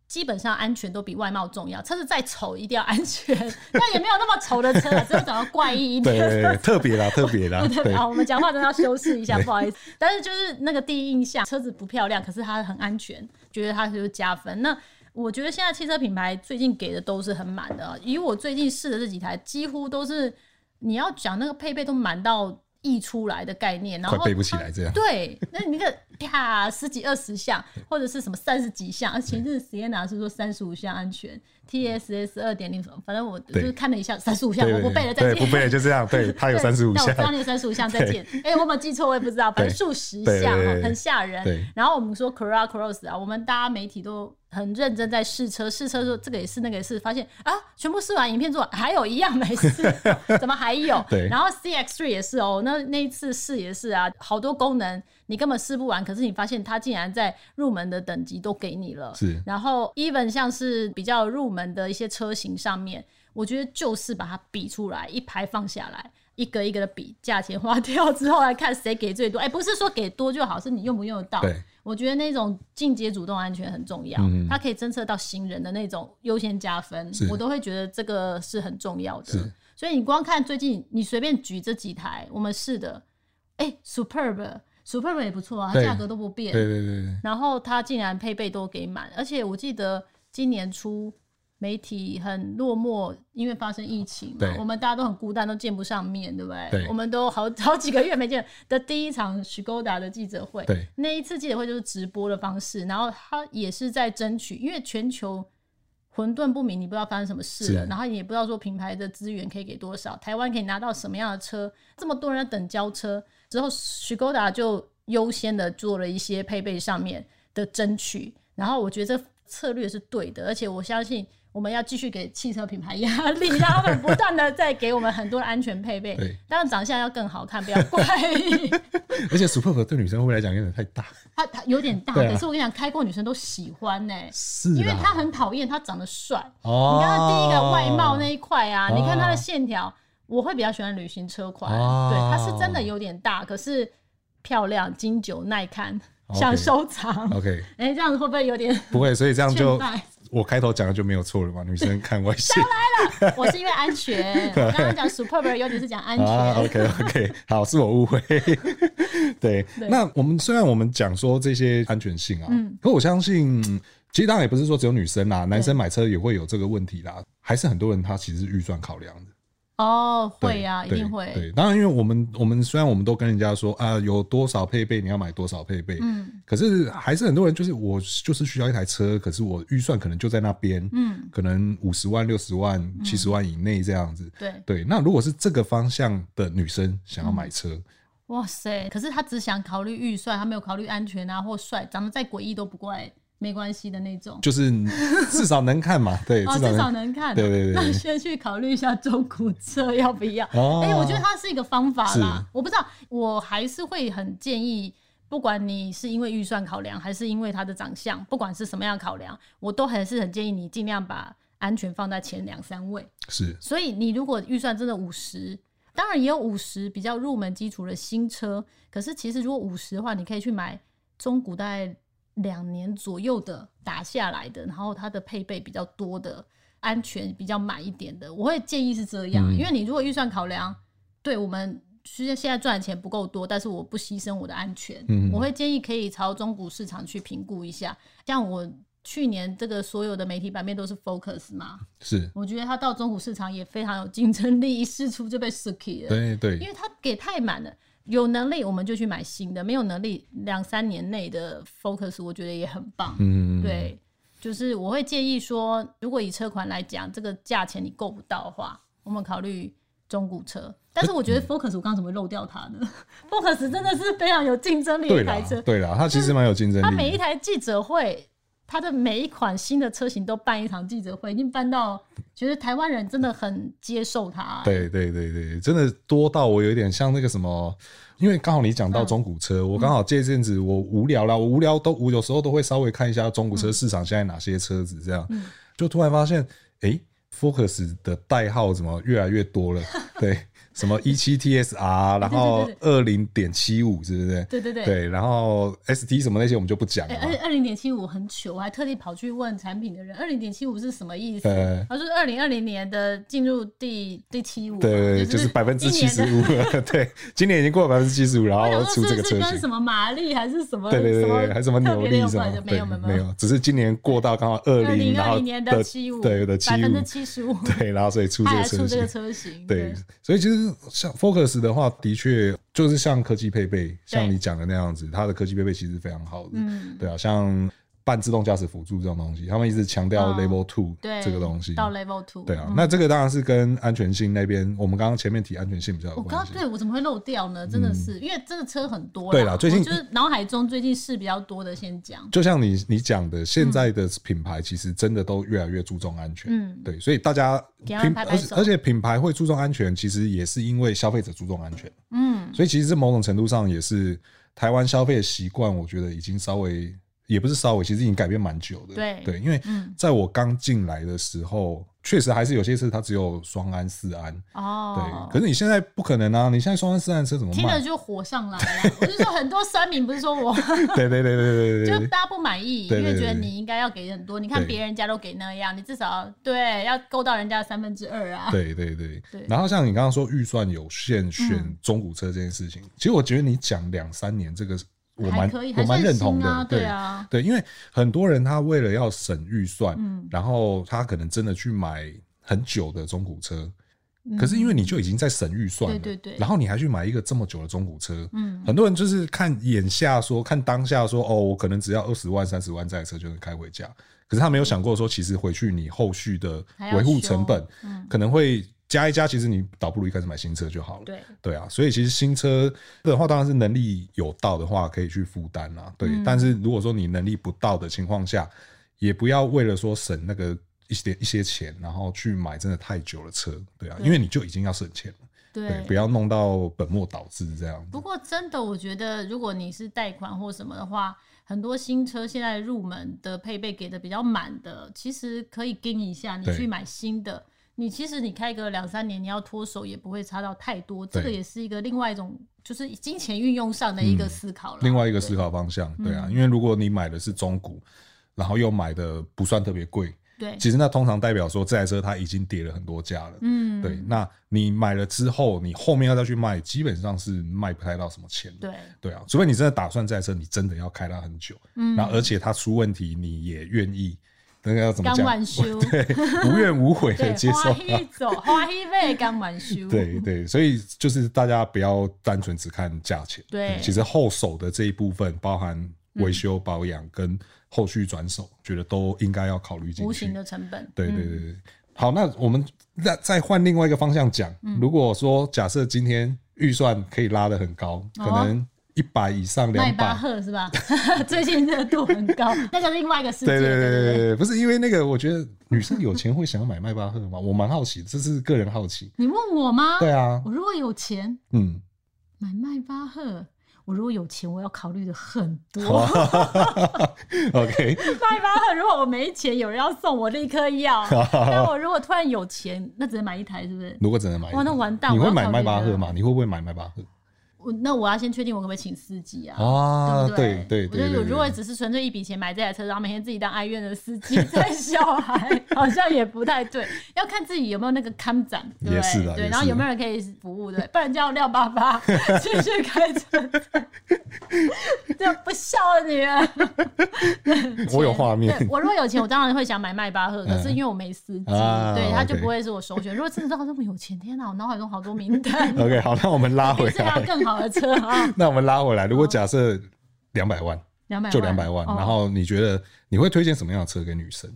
[SPEAKER 2] 基本上安全都比外貌重要。车子再丑一定要安全， 但也没有那么丑的车啊啦，只有找到怪异一点。
[SPEAKER 1] 对，特别啦，特别 啦，对，
[SPEAKER 2] 好，我们讲话真的要修饰一下，不好意思。但是就是那个第一印象，车子不漂亮，可是它很安全，觉得它就是加分。那我觉得现在汽车品牌最近给的都是很满的啊，以我最近试的这几台，几乎都是你要讲那个配备都满到溢出来的概念，然
[SPEAKER 1] 快
[SPEAKER 2] 后
[SPEAKER 1] 背不起
[SPEAKER 2] 它
[SPEAKER 1] 来这样。
[SPEAKER 2] 对，那你那个啪十几二十项，或者是什么三十几 项，而啊前阵子 Sienna 是说三十五项安全，TSS 二点零什么，反正我就
[SPEAKER 1] 对
[SPEAKER 2] 是看了一下三十五项，
[SPEAKER 1] 对
[SPEAKER 2] 我不
[SPEAKER 1] 对
[SPEAKER 2] 背了再
[SPEAKER 1] 对，
[SPEAKER 2] 见。
[SPEAKER 1] 不背了就这样。 对，他有三十五
[SPEAKER 2] 但我
[SPEAKER 1] 项
[SPEAKER 2] 知，道你有三十五项，再见。哎、我有没有记错？我也不知道，反正数十
[SPEAKER 1] 对对
[SPEAKER 2] 项
[SPEAKER 1] 对
[SPEAKER 2] 哦
[SPEAKER 1] 对
[SPEAKER 2] 很吓人
[SPEAKER 1] 对。
[SPEAKER 2] 然后我们说 Cora Cross 啊，我们大家媒体都很认真在试车，试车说这个也是那个也是，发现啊，全部试完影片做完还有一样 没试，怎么还有？
[SPEAKER 1] 对
[SPEAKER 2] 然后 CX3 也是哦，那那一次试也是啊，好多功能你根本试不完，可是你发现它竟然在入门的等级都给你了。
[SPEAKER 1] 是
[SPEAKER 2] 然后 even 像是比较入门的一些车型上面，我觉得就是把它比出来，一排放下来，一个一个的比，价钱花掉之后来看谁给最多。哎，不是说给多就好，是你用不用得到。
[SPEAKER 1] 对
[SPEAKER 2] 我觉得那种进阶主动安全很重要，
[SPEAKER 1] 嗯
[SPEAKER 2] 它可以侦测到行人的那种优先加分
[SPEAKER 1] 是，
[SPEAKER 2] 我都会觉得这个是很重要的
[SPEAKER 1] 是。
[SPEAKER 2] 所以你光看最近，你随便举这几台我们试的，哎、s u p e r b Superb 也不错啊，它
[SPEAKER 1] 对
[SPEAKER 2] 价格都不变
[SPEAKER 1] 对，对对对，
[SPEAKER 2] 然后他竟然配备都给满，而且我记得今年初媒体很落寞，因为发生疫情嘛
[SPEAKER 1] 对，
[SPEAKER 2] 我们大家都很孤单，都见不上面，对不对？
[SPEAKER 1] 对
[SPEAKER 2] 我们都好好几个月没见的第一场 Skoda 的记者会，
[SPEAKER 1] 对
[SPEAKER 2] 那一次记者会就是直播的方式，然后他也是在争取，因为全球。混沌不明，你不知道发生什么事了，
[SPEAKER 1] 是
[SPEAKER 2] 然后你也不知道说品牌的资源可以给多少，台湾可以拿到什么样的车，这么多人在等交车之后，Skoda 就优先的做了一些配备上面的争取，然后我觉得这策略是对的，而且我相信我们要继续给汽车品牌压力，让他们不断的在给我们很多的安全配备
[SPEAKER 1] 对，
[SPEAKER 2] 当然长相要更好看，不要怪。
[SPEAKER 1] 而且 Superb 对女生会来讲有点太大，
[SPEAKER 2] 它它有点大，
[SPEAKER 1] 对啊
[SPEAKER 2] 可是我跟你讲，开过女生都喜欢呢、
[SPEAKER 1] 是
[SPEAKER 2] 因为
[SPEAKER 1] 啊
[SPEAKER 2] 他很讨厌他长得帅。
[SPEAKER 1] 哦
[SPEAKER 2] 你看他第一个外貌那一块啊，
[SPEAKER 1] 哦
[SPEAKER 2] 你看他的线条，我会比较喜欢旅行车款，
[SPEAKER 1] 哦
[SPEAKER 2] 对，它是真的有点大，可是漂亮、经久、耐看，
[SPEAKER 1] OK
[SPEAKER 2] 想收藏。
[SPEAKER 1] 哦 OK
[SPEAKER 2] 哎、这样子会不会有点
[SPEAKER 1] 不会，所以这样
[SPEAKER 2] 欠
[SPEAKER 1] 就
[SPEAKER 2] 败？
[SPEAKER 1] 我开头讲的就没有错了嘛，女生看外形
[SPEAKER 2] 我是因为 安全，我刚刚讲 superb 有点是讲安全，
[SPEAKER 1] 啊，OK OK，好， 是我误会。对，那我们虽然我们讲说这些安全性啊，可我相信，嗯其实当然也不是说只有女生啦，男生买车也会有这个问题啦，还是很多人他其实是预算考量的。
[SPEAKER 2] 哦，
[SPEAKER 1] 对
[SPEAKER 2] 会啊，一
[SPEAKER 1] 对
[SPEAKER 2] 定会，
[SPEAKER 1] 对，当然，因为我们我们虽然我们都跟人家说啊，有多少配备你要买多少配备，
[SPEAKER 2] 嗯
[SPEAKER 1] 可是还是很多人就是我就是需要一台车，可是我预算可能就在那边，
[SPEAKER 2] 嗯，
[SPEAKER 1] 可能五十万、六十万、七十万以内这样子。
[SPEAKER 2] 对，
[SPEAKER 1] 对，那如果是这个方向的女生想要买
[SPEAKER 2] 嗯
[SPEAKER 1] 车，
[SPEAKER 2] 哇塞！可是他只想考虑预算，他没有考虑安全啊或帅，长得再诡异都不怪，没关系的那种。
[SPEAKER 1] 就是至少能看嘛，对，
[SPEAKER 2] 哦，
[SPEAKER 1] 至
[SPEAKER 2] 至少
[SPEAKER 1] 能。
[SPEAKER 2] 能看。
[SPEAKER 1] 对对对
[SPEAKER 2] 那
[SPEAKER 1] 对
[SPEAKER 2] 先去考虑一下中古车要不要。
[SPEAKER 1] 哦
[SPEAKER 2] 哎、我觉得它是一个方法啦
[SPEAKER 1] 是。
[SPEAKER 2] 我不知道，我还是会很建议，不管你是因为预算考量，还是因为他的长相，不管是什么样的考量，我都还是很建议你尽量把安全放在前两三位。
[SPEAKER 1] 是
[SPEAKER 2] 所以你如果预算真的五十，当然也有五十比较入门基础的新车，可是其实如果五十的话，你可以去买中古大概两年左右的打下来的，然后它的配备比较多的，安全比较满一点的，我会建议是这样，
[SPEAKER 1] 嗯
[SPEAKER 2] 因为你如果预算考量，对我们。虽然现在赚的钱不够多，但是我不牺牲我的安全，
[SPEAKER 1] 嗯
[SPEAKER 2] 我会建议可以朝中古市场去评估一下。像我去年这个所有的媒体版面都是 Focus 嘛，
[SPEAKER 1] 是，
[SPEAKER 2] 我觉得他到中古市场也非常有竞争力，一试出就被 suki 了，
[SPEAKER 1] 对
[SPEAKER 2] 因
[SPEAKER 1] 对
[SPEAKER 2] 为他给太满了。有能力我们就去买新的，没有能力两三年内的 focus 我觉得也很棒。
[SPEAKER 1] 嗯，
[SPEAKER 2] 对，就是我会建议说，如果以车款来讲，这个价钱你够不到的话，我们考虑中古车。但是我
[SPEAKER 1] 嗯
[SPEAKER 2] 觉得 focus 我刚刚怎么漏掉它呢 ？focus 真的是非常有竞争力的
[SPEAKER 1] 对
[SPEAKER 2] 一台
[SPEAKER 1] 啦
[SPEAKER 2] 车，，
[SPEAKER 1] 对啦，它其实蛮有竞争
[SPEAKER 2] 他
[SPEAKER 1] 力
[SPEAKER 2] 每一
[SPEAKER 1] 的。
[SPEAKER 2] 台记者会，他的每一款新的车型都办一场记者会，已经办到觉得台湾人真的很接受他、
[SPEAKER 1] 对对对对，真的多到我有点像那个什么，因为刚好你讲
[SPEAKER 2] 嗯
[SPEAKER 1] 到中古车，我刚好这阵子我无聊啦，我无聊都我有时候都会稍微看一下中古
[SPEAKER 2] 嗯
[SPEAKER 1] 车市场现在哪些车子这样， 就突然发现，诶 f o c u s 的代号怎么越来越多了？对，什么一七 TSR，然后二零点七五，是不是？
[SPEAKER 2] 对对对
[SPEAKER 1] 对，然后 ST 什么那些我们就不讲了嘛。
[SPEAKER 2] 哎，二二零点七五很糗，我还特地跑去问产品的人，二零点七五是什么意思？
[SPEAKER 1] 呃
[SPEAKER 2] 他说二零二零年的进入第第七五嘛，
[SPEAKER 1] 对，就是百分之
[SPEAKER 2] 哎一
[SPEAKER 1] 七
[SPEAKER 2] 年
[SPEAKER 1] 十
[SPEAKER 2] 的。
[SPEAKER 1] 五，对，今年已经过了百分之七十五，然
[SPEAKER 2] 我
[SPEAKER 1] 后
[SPEAKER 2] 想
[SPEAKER 1] 出
[SPEAKER 2] 说
[SPEAKER 1] 这
[SPEAKER 2] 是
[SPEAKER 1] 个
[SPEAKER 2] 不
[SPEAKER 1] 车
[SPEAKER 2] 是跟
[SPEAKER 1] 型
[SPEAKER 2] 什。么马力还是什么？
[SPEAKER 1] 对对对对，还有什么扭
[SPEAKER 2] 特别
[SPEAKER 1] 力
[SPEAKER 2] 有
[SPEAKER 1] 什么
[SPEAKER 2] 关的？
[SPEAKER 1] 对
[SPEAKER 2] 没有
[SPEAKER 1] 没
[SPEAKER 2] 有。
[SPEAKER 1] 有，只是今年过到刚好二
[SPEAKER 2] 二
[SPEAKER 1] 零，
[SPEAKER 2] 零
[SPEAKER 1] 然
[SPEAKER 2] 二
[SPEAKER 1] 后
[SPEAKER 2] 零年的七五，
[SPEAKER 1] 对的
[SPEAKER 2] 百
[SPEAKER 1] 七
[SPEAKER 2] 分之
[SPEAKER 1] 五，
[SPEAKER 2] 七十五，
[SPEAKER 1] 对，然后所以出这
[SPEAKER 2] 他
[SPEAKER 1] 个
[SPEAKER 2] 还
[SPEAKER 1] 车
[SPEAKER 2] 出这个
[SPEAKER 1] 型。
[SPEAKER 2] 车型，
[SPEAKER 1] 对，所以其实像 Focus 的话，的确就是像科技配备，像你讲的那样子，它的科技配备其实非常好的。
[SPEAKER 2] 嗯，
[SPEAKER 1] 对啊，像半自动驾驶辅助这种东西，他们一直强调
[SPEAKER 2] 嗯
[SPEAKER 1] Level Two
[SPEAKER 2] 对，
[SPEAKER 1] 这个东西。
[SPEAKER 2] 到 Level Two，
[SPEAKER 1] 对啊，
[SPEAKER 2] 嗯
[SPEAKER 1] 那这个当然是跟安全性那边，我们刚刚前面提安全性比较有
[SPEAKER 2] 我
[SPEAKER 1] 关
[SPEAKER 2] 刚
[SPEAKER 1] 系。嗯
[SPEAKER 2] 对我怎么会漏掉呢？真的是、因为真的车很多啦，
[SPEAKER 1] 对啦最近
[SPEAKER 2] 我就是脑海中最近事比较多的先讲，
[SPEAKER 1] 就像你你讲的，现在的品牌其实真的都越来越注重安全。
[SPEAKER 2] 嗯，
[SPEAKER 1] 对，所以大家
[SPEAKER 2] 给他
[SPEAKER 1] 品
[SPEAKER 2] 们拍拍
[SPEAKER 1] 而且
[SPEAKER 2] 手
[SPEAKER 1] 而且品牌会注重安全，其实也是因为消费者注重安全。
[SPEAKER 2] 嗯，
[SPEAKER 1] 所以其实这某种程度上也是台湾消费的习惯，我觉得已经稍微也不是稍微，其实已经改变蛮久的。
[SPEAKER 2] 对
[SPEAKER 1] 对，因为
[SPEAKER 2] 嗯
[SPEAKER 1] 在我刚进来的时候，确实还是有些车它只有双安四安，
[SPEAKER 2] 哦，
[SPEAKER 1] 对。可是你现在不可能啊，你现在双安四安车怎么
[SPEAKER 2] 听了
[SPEAKER 1] 卖？
[SPEAKER 2] 就火上来了。我就说很多酸民不是说我，
[SPEAKER 1] 对对对对对
[SPEAKER 2] 就
[SPEAKER 1] 对对。
[SPEAKER 2] 大家不满意，
[SPEAKER 1] 对对
[SPEAKER 2] 因为
[SPEAKER 1] 对
[SPEAKER 2] 觉得
[SPEAKER 1] 对
[SPEAKER 2] 你应该要给很多，你看
[SPEAKER 1] 对
[SPEAKER 2] 别人家都给那样，你至少对要够到人家的三分之二 啊。
[SPEAKER 1] 对对对
[SPEAKER 2] 对
[SPEAKER 1] 然后像你刚刚说预算有限，选
[SPEAKER 2] 嗯
[SPEAKER 1] 中古车这件事情，其实我觉得你讲两三年这个，我
[SPEAKER 2] 还
[SPEAKER 1] 蛮
[SPEAKER 2] 可以，
[SPEAKER 1] 我
[SPEAKER 2] 还
[SPEAKER 1] 蛮
[SPEAKER 2] 算
[SPEAKER 1] 认同
[SPEAKER 2] 新
[SPEAKER 1] 的
[SPEAKER 2] 啊，，对啊，
[SPEAKER 1] 对，因为很多人他为了要省预算，
[SPEAKER 2] 嗯
[SPEAKER 1] 然后他可能真的去买很久的中古车，
[SPEAKER 2] 嗯
[SPEAKER 1] 可是因为你就已经在省预算了，
[SPEAKER 2] 对对对
[SPEAKER 1] 然后你还去买一个这么久的中古车，
[SPEAKER 2] 嗯
[SPEAKER 1] 很多人就是看眼下说，看当下说，哦，我可能只要二十万、三十万这台车就能开回家，可是他没有想过说，其实回去你后续的
[SPEAKER 2] 还要
[SPEAKER 1] 维护
[SPEAKER 2] 修
[SPEAKER 1] 成本
[SPEAKER 2] 嗯
[SPEAKER 1] 可能会加一加，其实你倒不如一开始买新车就好了。
[SPEAKER 2] 对，
[SPEAKER 1] 对啊，所以其实新车的话，当然是能力有到的话，可以去负担啦。对，
[SPEAKER 2] 嗯
[SPEAKER 1] 但是如果说你能力不到的情况下，也不要为了说省那个一些一些钱，然后去买真的太久的车。对啊，
[SPEAKER 2] 对
[SPEAKER 1] 因为你就已经要省钱了，对，
[SPEAKER 2] 对
[SPEAKER 1] 不。要弄到本末倒置这样子。
[SPEAKER 2] 不过真的，我觉得如果你是贷款或什么的话，很多新车现在入门的配备给的比较满的，其实可以跟一下，你
[SPEAKER 1] 对
[SPEAKER 2] 去买新的。你其实你开个两三年，你要脱手也不会差到太多，这个
[SPEAKER 1] 对嗯
[SPEAKER 2] 也是一个另外一种就是金钱运用上的一个思考了。
[SPEAKER 1] 另外一个思考方向，对
[SPEAKER 2] 嗯
[SPEAKER 1] 啊，因为如果你买的是中古，然后又买的不算特别贵，
[SPEAKER 2] 对，
[SPEAKER 1] 其实那通常代表说这台车它已经跌了很多价了。
[SPEAKER 2] 嗯，
[SPEAKER 1] 对，那你买了之后，你后面要再去卖，基本上是卖不太到什么钱的。
[SPEAKER 2] 对，
[SPEAKER 1] 对啊，除非你真的打算这台车，你真的要开它很久，
[SPEAKER 2] 嗯
[SPEAKER 1] 然后而且它出问题，你也愿意，那个要怎么
[SPEAKER 2] 刚
[SPEAKER 1] 讲？
[SPEAKER 2] 完修，
[SPEAKER 1] 对，无怨无悔的
[SPEAKER 2] 对，
[SPEAKER 1] 接受
[SPEAKER 2] 花。一走，花一费刚完修，
[SPEAKER 1] 对对，所以就是大家不要单纯只看价钱，
[SPEAKER 2] 对嗯
[SPEAKER 1] 其实后手的这一部分，包含维修保养跟后续转手，觉得都应该要考虑进去。
[SPEAKER 2] 无形的成本，
[SPEAKER 1] 对对
[SPEAKER 2] 嗯
[SPEAKER 1] 对对。好，那我们再再换另外一个方向讲，
[SPEAKER 2] 嗯
[SPEAKER 1] 如果说假设今天预算可以拉得很高，可
[SPEAKER 2] 哦
[SPEAKER 1] 能一百以上
[SPEAKER 2] 迈
[SPEAKER 1] 两
[SPEAKER 2] 巴
[SPEAKER 1] 百。
[SPEAKER 2] 赫是吧？ 最近热度很高，那就是另外一个世界。
[SPEAKER 1] 对对对
[SPEAKER 2] 不
[SPEAKER 1] 对对，不是因为那个，我觉得女生有钱会想要买迈巴赫吗？我蛮好奇，这是个人好 奇。
[SPEAKER 2] 你问我吗？
[SPEAKER 1] 对啊，
[SPEAKER 2] 我如果有钱
[SPEAKER 1] 嗯，
[SPEAKER 2] 买迈巴赫，我如果有钱，我要考虑的很多。
[SPEAKER 1] 哇 ，OK，
[SPEAKER 2] 迈巴赫，如果我没钱，有人要送我，立刻 要。但我如果突然有钱，那只能买一台，是不是？
[SPEAKER 1] 如果只能买一台，
[SPEAKER 2] 哇那完蛋
[SPEAKER 1] 你
[SPEAKER 2] 我
[SPEAKER 1] 会
[SPEAKER 2] 要
[SPEAKER 1] 买
[SPEAKER 2] 考虑
[SPEAKER 1] 迈巴赫
[SPEAKER 2] 了
[SPEAKER 1] 吗？你会不会买迈巴赫？
[SPEAKER 2] 我那我要先确定我可不可以请司机啊？
[SPEAKER 1] 啊，
[SPEAKER 2] 不
[SPEAKER 1] 对对
[SPEAKER 2] 我觉
[SPEAKER 1] 对
[SPEAKER 2] 得
[SPEAKER 1] 对，
[SPEAKER 2] 我如果
[SPEAKER 1] 对
[SPEAKER 2] 只是纯粹一笔钱买这台车，然后每天自己当哀怨的司机 带小孩，好像也不太对。要看自己有没有那个看展，对
[SPEAKER 1] 也
[SPEAKER 2] 不
[SPEAKER 1] 是啦
[SPEAKER 2] 对？
[SPEAKER 1] 也
[SPEAKER 2] 对，然后
[SPEAKER 1] 是
[SPEAKER 2] 有没有人可以服务，对，不然叫廖 爸爸继续开车，这不孝的女人。
[SPEAKER 1] 我有画面嗯
[SPEAKER 2] 对，我如果有钱，我当然会想买迈巴赫，可是因为我没司机，
[SPEAKER 1] 啊
[SPEAKER 2] 对，他就
[SPEAKER 1] OK
[SPEAKER 2] 不会是我首选。如果真的到那么有钱，天哪，我脑海中好多名 单，
[SPEAKER 1] ，OK，好，那我们拉回
[SPEAKER 2] 这辆
[SPEAKER 1] 来，
[SPEAKER 2] 更好的车啊，
[SPEAKER 1] 那我们拉回来，如果假设两百万，
[SPEAKER 2] 两百哦
[SPEAKER 1] 就两百万，然后你觉得你会推荐什么样的车给女生？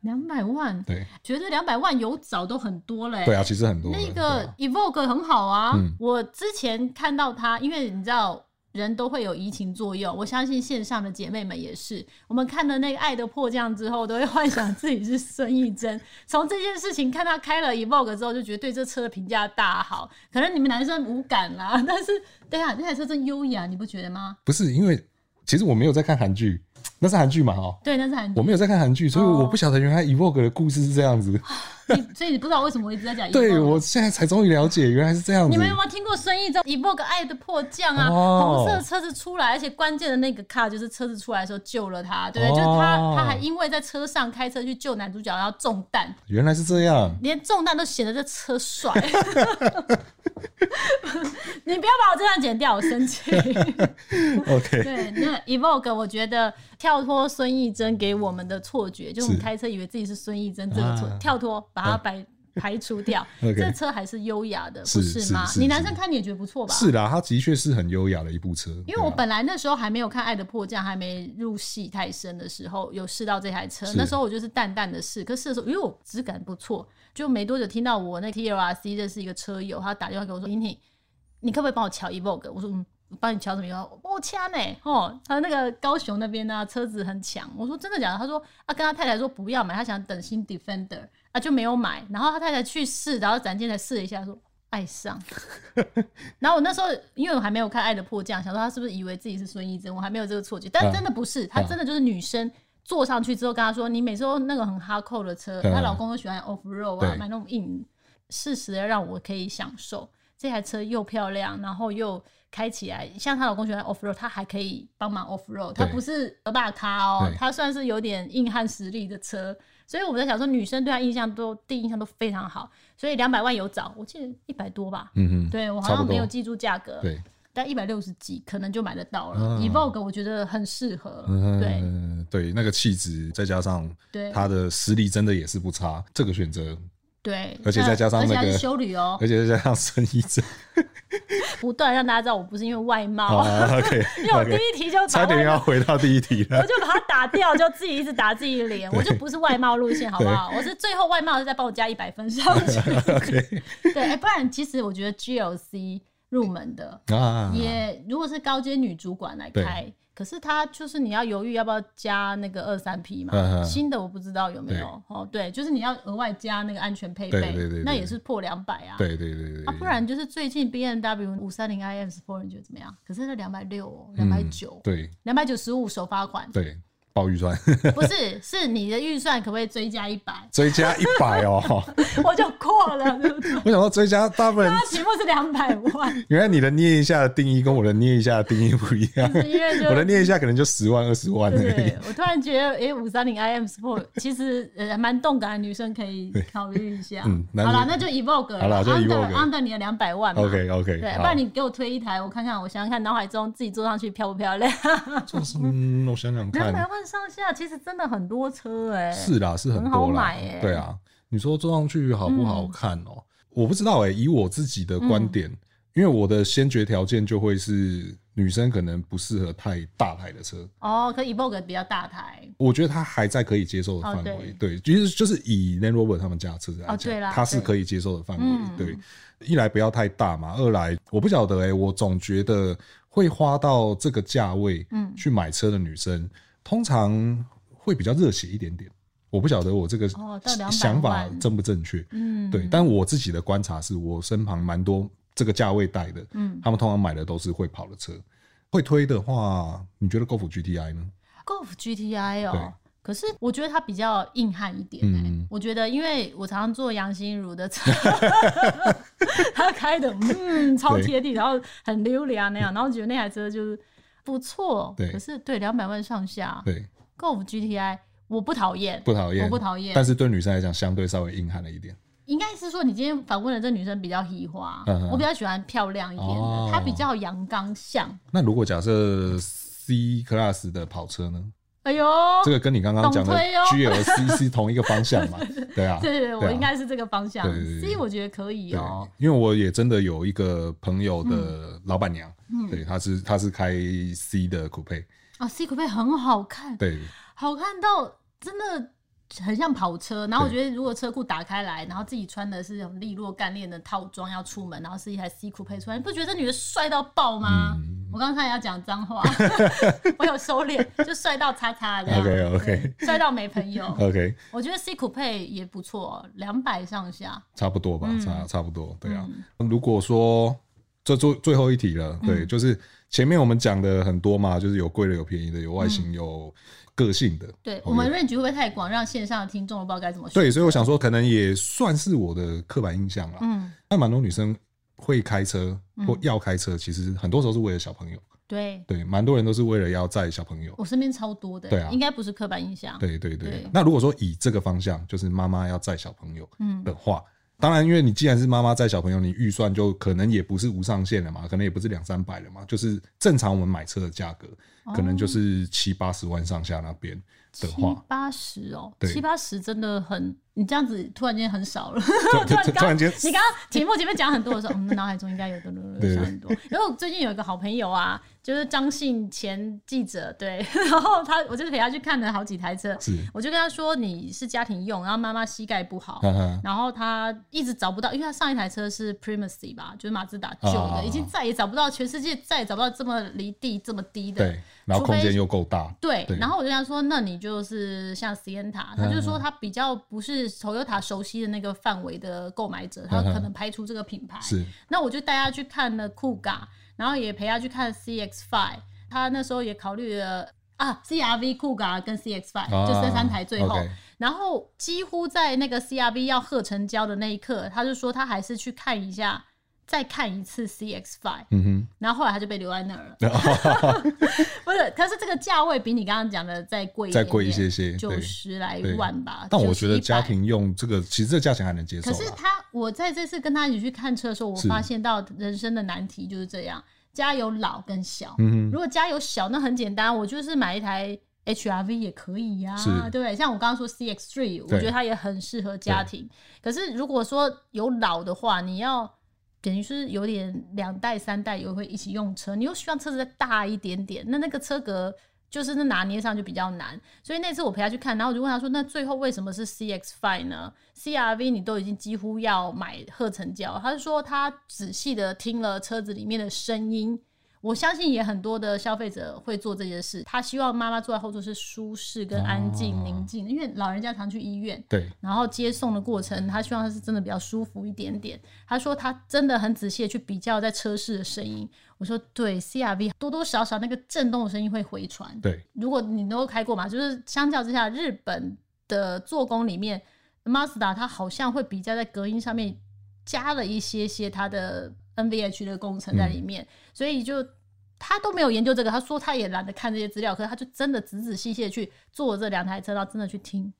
[SPEAKER 2] 两百万，
[SPEAKER 1] 对
[SPEAKER 2] 觉得两百万有找都很多嘞、
[SPEAKER 1] 对啊，其实很多的
[SPEAKER 2] 哎那
[SPEAKER 1] 对
[SPEAKER 2] 个
[SPEAKER 1] 啊
[SPEAKER 2] Evoque 很好啊，
[SPEAKER 1] 嗯
[SPEAKER 2] 我之前看到它，因为你知道。人都会有移情作用，我相信线上的姐妹们也是。我们看了那个《爱的迫降》之后，都会幻想自己是孙艺珍。 从这件事情看，她开了 Evoque 之后，就觉得对这车的评价大好。可能你们男生无感啦， 但是对啊，那台车真优雅，你不觉得吗？
[SPEAKER 1] 不是因为其实我没有在看韩剧，那是韩剧嘛哈。
[SPEAKER 2] 对，那是韩
[SPEAKER 1] 我
[SPEAKER 2] 剧。
[SPEAKER 1] 没有在看韩剧，所以
[SPEAKER 2] 嗯哦啊
[SPEAKER 1] 我不晓得原来 Evoke 的故事是这样子。
[SPEAKER 2] 你所以你不知道为什么我一直在讲
[SPEAKER 1] 对
[SPEAKER 2] Evoke
[SPEAKER 1] 我现在才终于了解，原来是这样
[SPEAKER 2] 你
[SPEAKER 1] 子
[SPEAKER 2] 们。有没有听过孙艺洲《一波个爱的迫降》啊？
[SPEAKER 1] 哦
[SPEAKER 2] 红色车子出来，而且关键的那个卡就是车子出来的时候救了他，对不
[SPEAKER 1] 哦
[SPEAKER 2] 对？就是他，他还因为在车上开车去救男主角，然后中弹，
[SPEAKER 1] 原来是这样。
[SPEAKER 2] 连中弹都显得这车帅。 你不要把我这段剪掉，我 生气。
[SPEAKER 1] OK，
[SPEAKER 2] 对，那 Evoke 我觉得跳脱孙艺珍给我们的错觉，就是我们
[SPEAKER 1] 是
[SPEAKER 2] 开车以为自己是孙艺珍，这个错
[SPEAKER 1] 啊
[SPEAKER 2] 跳脱，把它排排除掉。
[SPEAKER 1] OK
[SPEAKER 2] 这车还是优雅的，
[SPEAKER 1] 是
[SPEAKER 2] 不是吗
[SPEAKER 1] 是？是
[SPEAKER 2] 你男生看你也觉得不错吧？
[SPEAKER 1] 是啦，它的确是很优雅的一部车。
[SPEAKER 2] 因为我
[SPEAKER 1] 对啊
[SPEAKER 2] 本来那时候还没有看《爱的迫降》，还没入戏太深的时候，有试到这台车。
[SPEAKER 1] 是
[SPEAKER 2] 那时候我就是淡淡的试，可试的时候，因为我质感不错，就没多久听到我那 T L R C 认识一个车友，他打电话给我说：“婷婷，你可不可以帮我瞧 Evoque？” 我说：“嗯，我帮你瞧什么 Evoque？” 我掐呢，哦，他那个高雄那边呢、车子很抢。我说：“真的假的？”他说：“啊，跟他太太说不要买，他想等新 Defender 啊，就没有买。”然后他太太去试，然后展现才试了一下，说。爱上， 然后我那时候因为我还没有看《爱的迫降》，想说他是不是以为自己是孙艺珍，我还没有这个错觉，但
[SPEAKER 1] 嗯
[SPEAKER 2] 真的不是，她真的就是女生坐上去之后跟她说，你每次都那个很哈扣的车，
[SPEAKER 1] 嗯
[SPEAKER 2] 她老公都喜欢 off road 啊，
[SPEAKER 1] 对
[SPEAKER 2] 买那种硬，适时的让我可以享受。这台车又漂亮，然后又开起来，像她老公喜欢 off road，她还可以帮忙 off road，她
[SPEAKER 1] 对
[SPEAKER 2] 不是俄大咖哦
[SPEAKER 1] 对，
[SPEAKER 2] 她算是有点硬汉实力的车，所以我们在想说，女生对她印象都第一印象都非常好，所以两百万有找，我记得一百多吧，
[SPEAKER 1] 嗯
[SPEAKER 2] 对我好
[SPEAKER 1] 差不
[SPEAKER 2] 像没有
[SPEAKER 1] 多
[SPEAKER 2] 记住价格
[SPEAKER 1] 哼，，对，
[SPEAKER 2] 但一百六十几可能就买得到了。
[SPEAKER 1] 嗯
[SPEAKER 2] Evoque 我觉得很适合，对
[SPEAKER 1] 嗯，对，那个气质再加上
[SPEAKER 2] 对
[SPEAKER 1] 它的实力真的也是不差，这个选择，
[SPEAKER 2] 对，
[SPEAKER 1] 而且再加上
[SPEAKER 2] 而且
[SPEAKER 1] 那
[SPEAKER 2] 还
[SPEAKER 1] 个
[SPEAKER 2] 是修旅哦，
[SPEAKER 1] 而且再加上孙艺珍
[SPEAKER 2] 不断让大家知道我不是因为外貌，
[SPEAKER 1] 啊，OK，
[SPEAKER 2] 因为我第一题就 把
[SPEAKER 1] 差点
[SPEAKER 2] 外
[SPEAKER 1] 要
[SPEAKER 2] 貌。
[SPEAKER 1] 回到第一题
[SPEAKER 2] 我
[SPEAKER 1] 了。
[SPEAKER 2] 就把它打掉，就自己一直打自己脸，我就不是外貌路线，好不好？我是最后外貌是再帮我加一百分上去。
[SPEAKER 1] OK
[SPEAKER 2] 对，哎、不然其实我觉得 GLC 入门的
[SPEAKER 1] 啊，
[SPEAKER 2] 也，如果是高阶女主管来
[SPEAKER 1] 对
[SPEAKER 2] 开，可是她就是你要犹豫要不要加那个二三 P 嘛，
[SPEAKER 1] 嗯嗯
[SPEAKER 2] 新的我不知道有没有哦，对，就是你要额外加那个安全配备，
[SPEAKER 1] 对对对对
[SPEAKER 2] 那也是破两百啊。
[SPEAKER 1] 对对对对
[SPEAKER 2] 啊，不然就是最近 B M W 五三零 I M Sport 你觉得怎么样？可是那两百六、哦两百九、
[SPEAKER 1] 嗯对
[SPEAKER 2] 两百九十五首发款，
[SPEAKER 1] 对，爆预算
[SPEAKER 2] 不是，是你的预算可不可以追加一百？
[SPEAKER 1] 追加一百哦，
[SPEAKER 2] 我就过了，对不对？
[SPEAKER 1] 我想说追加，大部分
[SPEAKER 2] 它题目是两百万，
[SPEAKER 1] 原来你的捏一下的定义跟我的捏一下的定义不一 样，
[SPEAKER 2] 是因为就
[SPEAKER 1] 我的捏一下可能就十万二十万而已
[SPEAKER 2] 对，。我突然觉得，哎、5五三零 IM Sport 其实呃蛮动感的，女生可以考虑一下。
[SPEAKER 1] 嗯男
[SPEAKER 2] 好啦，
[SPEAKER 1] 女
[SPEAKER 2] 那就 Evoke 了。
[SPEAKER 1] 好啦就 Evoque
[SPEAKER 2] under 你的两百万嘛。
[SPEAKER 1] OK OK，
[SPEAKER 2] 对，不
[SPEAKER 1] 好
[SPEAKER 2] 然，你给我推一台，我看看，我想想看，脑海中自己坐上去漂不漂亮？
[SPEAKER 1] 嗯，我想想
[SPEAKER 2] 两百
[SPEAKER 1] 看，
[SPEAKER 2] 万上下，其实真的很多车哎、
[SPEAKER 1] 是啦，是
[SPEAKER 2] 很好
[SPEAKER 1] 多啦
[SPEAKER 2] 买耶，嗯
[SPEAKER 1] 对啊。你说坐上去好不好看哦？我不知道哎，以我自己的观点，因为我的先决条件就会是女生可能不适合太大台的车，
[SPEAKER 2] 哦，可 Evoke 比较大台，
[SPEAKER 1] 我觉得它还在可以接受的范
[SPEAKER 2] 哦
[SPEAKER 1] 围。对，其实就是以 Land Rover 他们家的车子来
[SPEAKER 2] 哦对
[SPEAKER 1] 讲，
[SPEAKER 2] 啦
[SPEAKER 1] 它是
[SPEAKER 2] 对
[SPEAKER 1] 可以接受的范围
[SPEAKER 2] 嗯。
[SPEAKER 1] 对，一来不要太大嘛，二来我不晓得哎，我总觉得会花到这个价位
[SPEAKER 2] 嗯
[SPEAKER 1] 去买车的女生，通常会比较热血一点点。我不晓得我这个
[SPEAKER 2] 哦到200
[SPEAKER 1] 想法
[SPEAKER 2] 万
[SPEAKER 1] 正不正确。
[SPEAKER 2] 嗯，
[SPEAKER 1] 对，但我自己的观察是我身旁蛮多这个价位带的，
[SPEAKER 2] 嗯
[SPEAKER 1] 他们通常买的都是会跑的车。会推的话，你觉得 Golf GTI 呢？
[SPEAKER 2] Golf GTI
[SPEAKER 1] 对
[SPEAKER 2] 哦。可是我觉得它比较硬汉一点哎、
[SPEAKER 1] 嗯
[SPEAKER 2] 我觉得因为我常常坐杨心如的车， 他开的嗯超贴地，然后很溜达那样，然后觉得那台车就是不错
[SPEAKER 1] 对。
[SPEAKER 2] 可是对两百万上下
[SPEAKER 1] 对，
[SPEAKER 2] ，Golf GTI 我不讨厌，
[SPEAKER 1] 不讨厌，
[SPEAKER 2] 我不讨厌
[SPEAKER 1] 但是对女生来讲，相对稍微硬汉了一点。
[SPEAKER 2] 应该是说你今天访问的这女生比较喜花
[SPEAKER 1] 嗯哼
[SPEAKER 2] 我比较喜欢漂亮一点的，
[SPEAKER 1] 哦
[SPEAKER 2] 她比较阳刚像。
[SPEAKER 1] 那如果假设 C class 的跑车呢？
[SPEAKER 2] 哎呦，
[SPEAKER 1] 这个跟你刚刚讲的
[SPEAKER 2] 懂推哦
[SPEAKER 1] GLC 是同一个方向嘛？对啊，
[SPEAKER 2] 对对对，
[SPEAKER 1] 啊
[SPEAKER 2] 我应该是这个方向，
[SPEAKER 1] 对对对对
[SPEAKER 2] 所以我觉得可以
[SPEAKER 1] 对
[SPEAKER 2] 哦、，
[SPEAKER 1] 因为我也真的有一个朋友
[SPEAKER 2] 嗯
[SPEAKER 1] 的老板娘，对，她是她是开 C 的 coupe，
[SPEAKER 2] 啊，C 可配很好看，
[SPEAKER 1] 对
[SPEAKER 2] 好看到真的很像跑车。然后我
[SPEAKER 1] 对
[SPEAKER 2] 觉得，如果车库打开来，然后自己穿的是很利落干练的套装要出门，然后是一台 C 酷配出来，你不觉得这女的帅到爆吗？
[SPEAKER 1] 嗯
[SPEAKER 2] 我刚刚差点要讲 脏话，我有收敛，就帅到叉叉这样。
[SPEAKER 1] OK，OK
[SPEAKER 2] 对帅到没朋友。
[SPEAKER 1] ，OK，
[SPEAKER 2] 我觉得 C 酷配也不错，两百上下。
[SPEAKER 1] 差不多吧，
[SPEAKER 2] 嗯
[SPEAKER 1] 差差不多，对啊。如果说这最最后一
[SPEAKER 2] 嗯嗯
[SPEAKER 1] 题了，对，就是前面我们讲的很多嘛，就是有贵的，有便宜的，有外形，有个性的。
[SPEAKER 2] 对
[SPEAKER 1] 哦
[SPEAKER 2] 我们 range 会不会太广，让线上的听众都不知道该怎么选？
[SPEAKER 1] 对，所以我想说，可能也算是我的刻板印象啦。
[SPEAKER 2] 嗯，
[SPEAKER 1] 那蛮多女生会开车或
[SPEAKER 2] 嗯
[SPEAKER 1] 要开车，其实很多时候是为了小朋友。
[SPEAKER 2] 对，
[SPEAKER 1] 对，蛮多人都是为了要载小朋友。
[SPEAKER 2] 我身边超多的，
[SPEAKER 1] 对啊
[SPEAKER 2] 应该不是刻板印象，，
[SPEAKER 1] 对对对。
[SPEAKER 2] 对
[SPEAKER 1] 那如果说以这个方向，就是妈妈要载小朋友
[SPEAKER 2] 嗯，
[SPEAKER 1] 的话，当然，因为你既然是妈妈载小朋友，你预算就可能也不是无上限了嘛，可能也不是两三百了嘛，就是正常我们买车的价格，可能就是七八十万上下那边的
[SPEAKER 2] 哦七
[SPEAKER 1] 话，
[SPEAKER 2] 八十哦，
[SPEAKER 1] 对
[SPEAKER 2] 七八十真的很，你这样子突然间很少 了。
[SPEAKER 1] 突突突然间
[SPEAKER 2] 你刚刚题目前面讲很多的时候，我们嗯脑海中应该有的
[SPEAKER 1] 对
[SPEAKER 2] 想很多。然后最近有一个好朋友啊，就是张信前记者，对， 然后他我就是陪他去看了好几台车，
[SPEAKER 1] 是，
[SPEAKER 2] 我就跟他说你是家庭用，然后妈妈膝盖不好。
[SPEAKER 1] 哈哈，
[SPEAKER 2] 然后他一直找不到，因为他上一台车是 Primacy 吧，就是马自达旧的，
[SPEAKER 1] 啊
[SPEAKER 2] 已经再也找不到，全世界再也找不到这么离地这么低的。
[SPEAKER 1] 对，然后空间又够大，
[SPEAKER 2] 对，
[SPEAKER 1] 对嗯
[SPEAKER 2] 然后我就跟他说，那你就是像 Sienna，他就说他比较不是 Toyota 熟悉的那个范围的购买者，他
[SPEAKER 1] 嗯哼
[SPEAKER 2] 可能排除这个品牌。
[SPEAKER 1] 是
[SPEAKER 2] 那我就带他去看了酷嘎，然后也陪他去看 CX Five，他那时候也考虑了啊 CRV 酷嘎跟 CX Five，、
[SPEAKER 1] 啊
[SPEAKER 2] 就这三台最后。
[SPEAKER 1] OK
[SPEAKER 2] 然后几乎在那个 CRV 要贺成交的那一刻，他就说他还是去看一下，再看一次 CX Five，
[SPEAKER 1] 嗯哼。
[SPEAKER 2] 然后后来他就被留在那儿了。 不是，可是这个价位比你刚刚讲的再贵一点
[SPEAKER 1] 再
[SPEAKER 2] 点，
[SPEAKER 1] 贵一些些，
[SPEAKER 2] 九
[SPEAKER 1] 对。
[SPEAKER 2] 十来万吧。
[SPEAKER 1] 但我觉得
[SPEAKER 2] 90
[SPEAKER 1] 家。庭用这个，其实这价钱还能接
[SPEAKER 2] 100
[SPEAKER 1] 受
[SPEAKER 2] 可是
[SPEAKER 1] 啦。
[SPEAKER 2] 他，我在这次跟他一起去看车的时候，我
[SPEAKER 1] 是
[SPEAKER 2] 发现到人生的难题就是这样：家有老跟小。
[SPEAKER 1] 嗯
[SPEAKER 2] 如果家有小，那很简单，我就是买一台 HRV 也可以呀、
[SPEAKER 1] 是
[SPEAKER 2] 对不对？像我刚刚说 CX3，我觉得它也很适合家庭。可是如果说有老的话，你要等于是有点两代三代也会一起用车，你又希望车子再大一点点，那那个车格。就是那拿捏上就比较难，所以那次我陪他去看，然后我就问他说：“那最后为什么是 CX Five 呢？CRV 你都已经几乎要买贺成交。”他就说他仔细的听了车子里面的声音，我相信也很多的消费者会做这件事，他希望妈妈坐在后座是舒适跟安静、
[SPEAKER 1] 哦
[SPEAKER 2] 宁静，因为老人家常去医院，
[SPEAKER 1] 对，
[SPEAKER 2] 然后接送的过程，他希望他是真的比较舒服一点点。他说他真的很仔细的去比较在车室的声音，我说对，CRV 多多少少那个震动的声音会回传，
[SPEAKER 1] 对，
[SPEAKER 2] 如果你都开过嘛，就是相较之下，日本的做工里面，Mazda 它好像会比较在隔音上面加了一些些它的 NVH 的工程在里面，所以就他都没有研究这个，他说他也懒得看这些资料，可是他就真的仔仔细细的去坐这两台车，然后真的去听，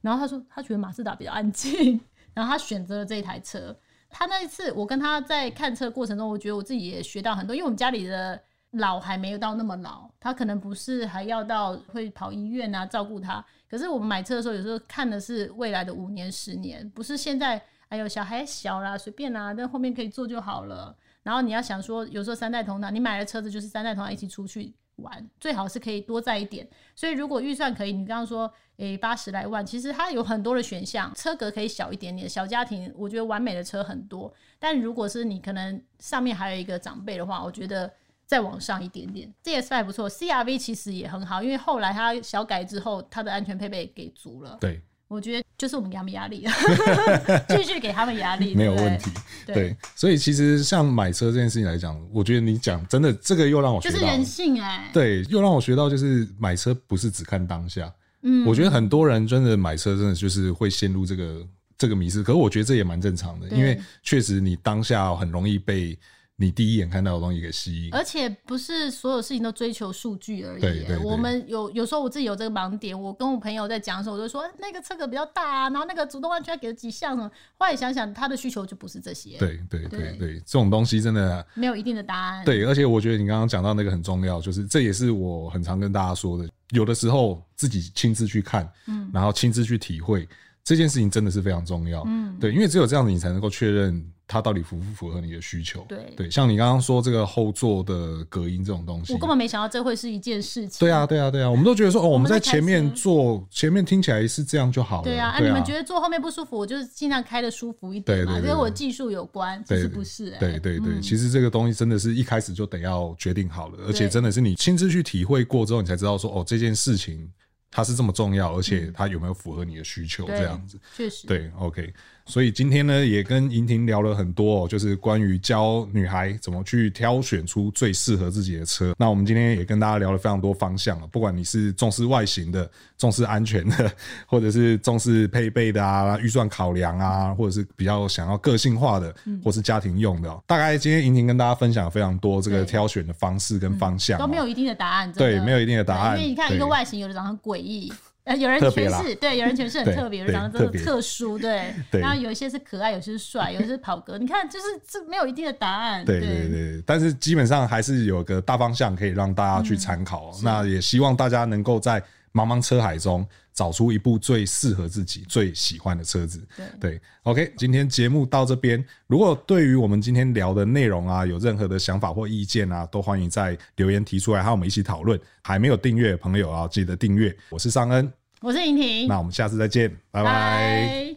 [SPEAKER 2] 然后他说他觉得马自达比较安静， 然后他选择了这一台车。他那一次我跟他在看车的过程中，我觉得我自己也学到很多，因为我们家里的老还没有到那么老，他可能不是还要到会跑医院啊照顾他。可是我们买车的时候，有时候看的是未来的五年、十年，不是现在。哎呦，小孩小啦，随便啦，但后面可以做就好了。然后你要想说，有时候三代同堂，你买了车子就是三代同堂一起出去玩，最好是可以多载一点。所以如果预算可以，你刚刚说诶八十来万，其实它有很多的选项，车格可以小一点点，小家庭我觉得完美的车很多。但如果是你可能上面还有一个长辈的话，我觉得再往上一点点，CS Five 不错，CRV 其实也很好，因为后来它小改之后，它的安全配备给足了。
[SPEAKER 1] 对，
[SPEAKER 2] 我觉得就是我们给他们压力， 继续给他们压 力，
[SPEAKER 1] 没有
[SPEAKER 2] 对不对
[SPEAKER 1] 问题。。
[SPEAKER 2] 对，
[SPEAKER 1] 对，所以其实像买车这件事情来讲，我觉得你讲真的，这个又让我
[SPEAKER 2] 就
[SPEAKER 1] 学
[SPEAKER 2] 是
[SPEAKER 1] 到了
[SPEAKER 2] 人性哎、
[SPEAKER 1] 对，又让我学到就是买车不是只看当下。
[SPEAKER 2] 嗯
[SPEAKER 1] 我觉得很多人真的买车，真的就是会陷入这个这个迷失。可是我觉得这也蛮正常的，
[SPEAKER 2] 对
[SPEAKER 1] 因为确实你当下很容易被你第一眼看到的东西给吸引。
[SPEAKER 2] 而且不是所有事情都追求数据而已
[SPEAKER 1] 对
[SPEAKER 2] 耶。
[SPEAKER 1] 对对
[SPEAKER 2] 我们有有时候我自己有这个盲点，我跟我朋友在讲的时候，我就说哎那个车格比较大啊，然后那个主动安全给了几项什么。后来想想，他的需求就不是这些，
[SPEAKER 1] 对对对
[SPEAKER 2] 对
[SPEAKER 1] 对，这种东西真的
[SPEAKER 2] 没有一定的答案。，
[SPEAKER 1] 对，而且我觉得你刚刚讲到那个很重要，就是这也是我很常跟大家说的，有的时候自己亲自去看，嗯，然后亲自去体会这件事情真的是非常重要，嗯，对，因为只有这样子，你才能够确认它到底符不符合你的需求，
[SPEAKER 2] 对
[SPEAKER 1] 对，像你刚刚说这个后座的隔音这种东西，
[SPEAKER 2] 我根本没想到这会是一件事情。
[SPEAKER 1] 对啊，对啊，对啊，我们都觉得说哦，我们
[SPEAKER 2] 们
[SPEAKER 1] 在
[SPEAKER 2] 在
[SPEAKER 1] 前面
[SPEAKER 2] 开车
[SPEAKER 1] 坐，前面听起来是这样就好了，
[SPEAKER 2] 对啊，啊，你们觉得坐后面不舒服，我就是尽量开的舒服一点
[SPEAKER 1] 对对
[SPEAKER 2] 嘛，
[SPEAKER 1] 对对
[SPEAKER 2] 跟我技术有关，其
[SPEAKER 1] 对
[SPEAKER 2] 实
[SPEAKER 1] 对
[SPEAKER 2] 不是、哎。
[SPEAKER 1] 对对对，其实这个东西真的是一开始就得要决定好了，而且真的是你亲自去体会过之后，你才知道说哦，这件事情它是这么重要，而且它有没有符合你的需求
[SPEAKER 2] 嗯对
[SPEAKER 1] 这样子。
[SPEAKER 2] 确实，
[SPEAKER 1] 对，OK，所以今天呢，也跟莹婷聊了很多、哦，就是关于教女孩怎么去挑选出最适合自己的车。那我们今天也跟大家聊了非常多方向了，啊不管你是重视外形的、重视安全的， 或者是重视配备的啊、预算考量啊，或者是比较想要个性化的，
[SPEAKER 2] 嗯
[SPEAKER 1] 或是家庭用的、哦。大概今天莹婷跟大家分享了非常多这个
[SPEAKER 2] 对嗯
[SPEAKER 1] 挑选的方式跟方向、哦
[SPEAKER 2] 都没有一定的答案，真的
[SPEAKER 1] 对，没有一定的答案。
[SPEAKER 2] 因为你看一
[SPEAKER 1] 对
[SPEAKER 2] 个外形，有的长得很诡异。呃，有人
[SPEAKER 1] 特别
[SPEAKER 2] 诠
[SPEAKER 1] 啦
[SPEAKER 2] 释对，有人诠释很
[SPEAKER 1] 对
[SPEAKER 2] 特别，有
[SPEAKER 1] 对
[SPEAKER 2] 人长得
[SPEAKER 1] 特
[SPEAKER 2] 真的
[SPEAKER 1] 别
[SPEAKER 2] 特殊，对。
[SPEAKER 1] 对
[SPEAKER 2] 然后有一些是可爱，有些是帅，有些是跑格。你看，就是这没有一定的答案。
[SPEAKER 1] 对对对，但是基本上还是有个大方向可以让大家去参考、哦那也希望大家能够在茫茫车海中找出一部最适合自己、最喜欢的车子。
[SPEAKER 2] 对
[SPEAKER 1] 对，OK，今天节目到这边。如果对于我们今天聊的内容啊，有任何的想法或意见啊，都欢迎在留言提出来，和我们一起讨论。还没有订阅的朋友啊，记得订阅。我是尚恩，
[SPEAKER 2] 我是莹婷，
[SPEAKER 1] 那我们下次再见，拜拜。
[SPEAKER 2] 拜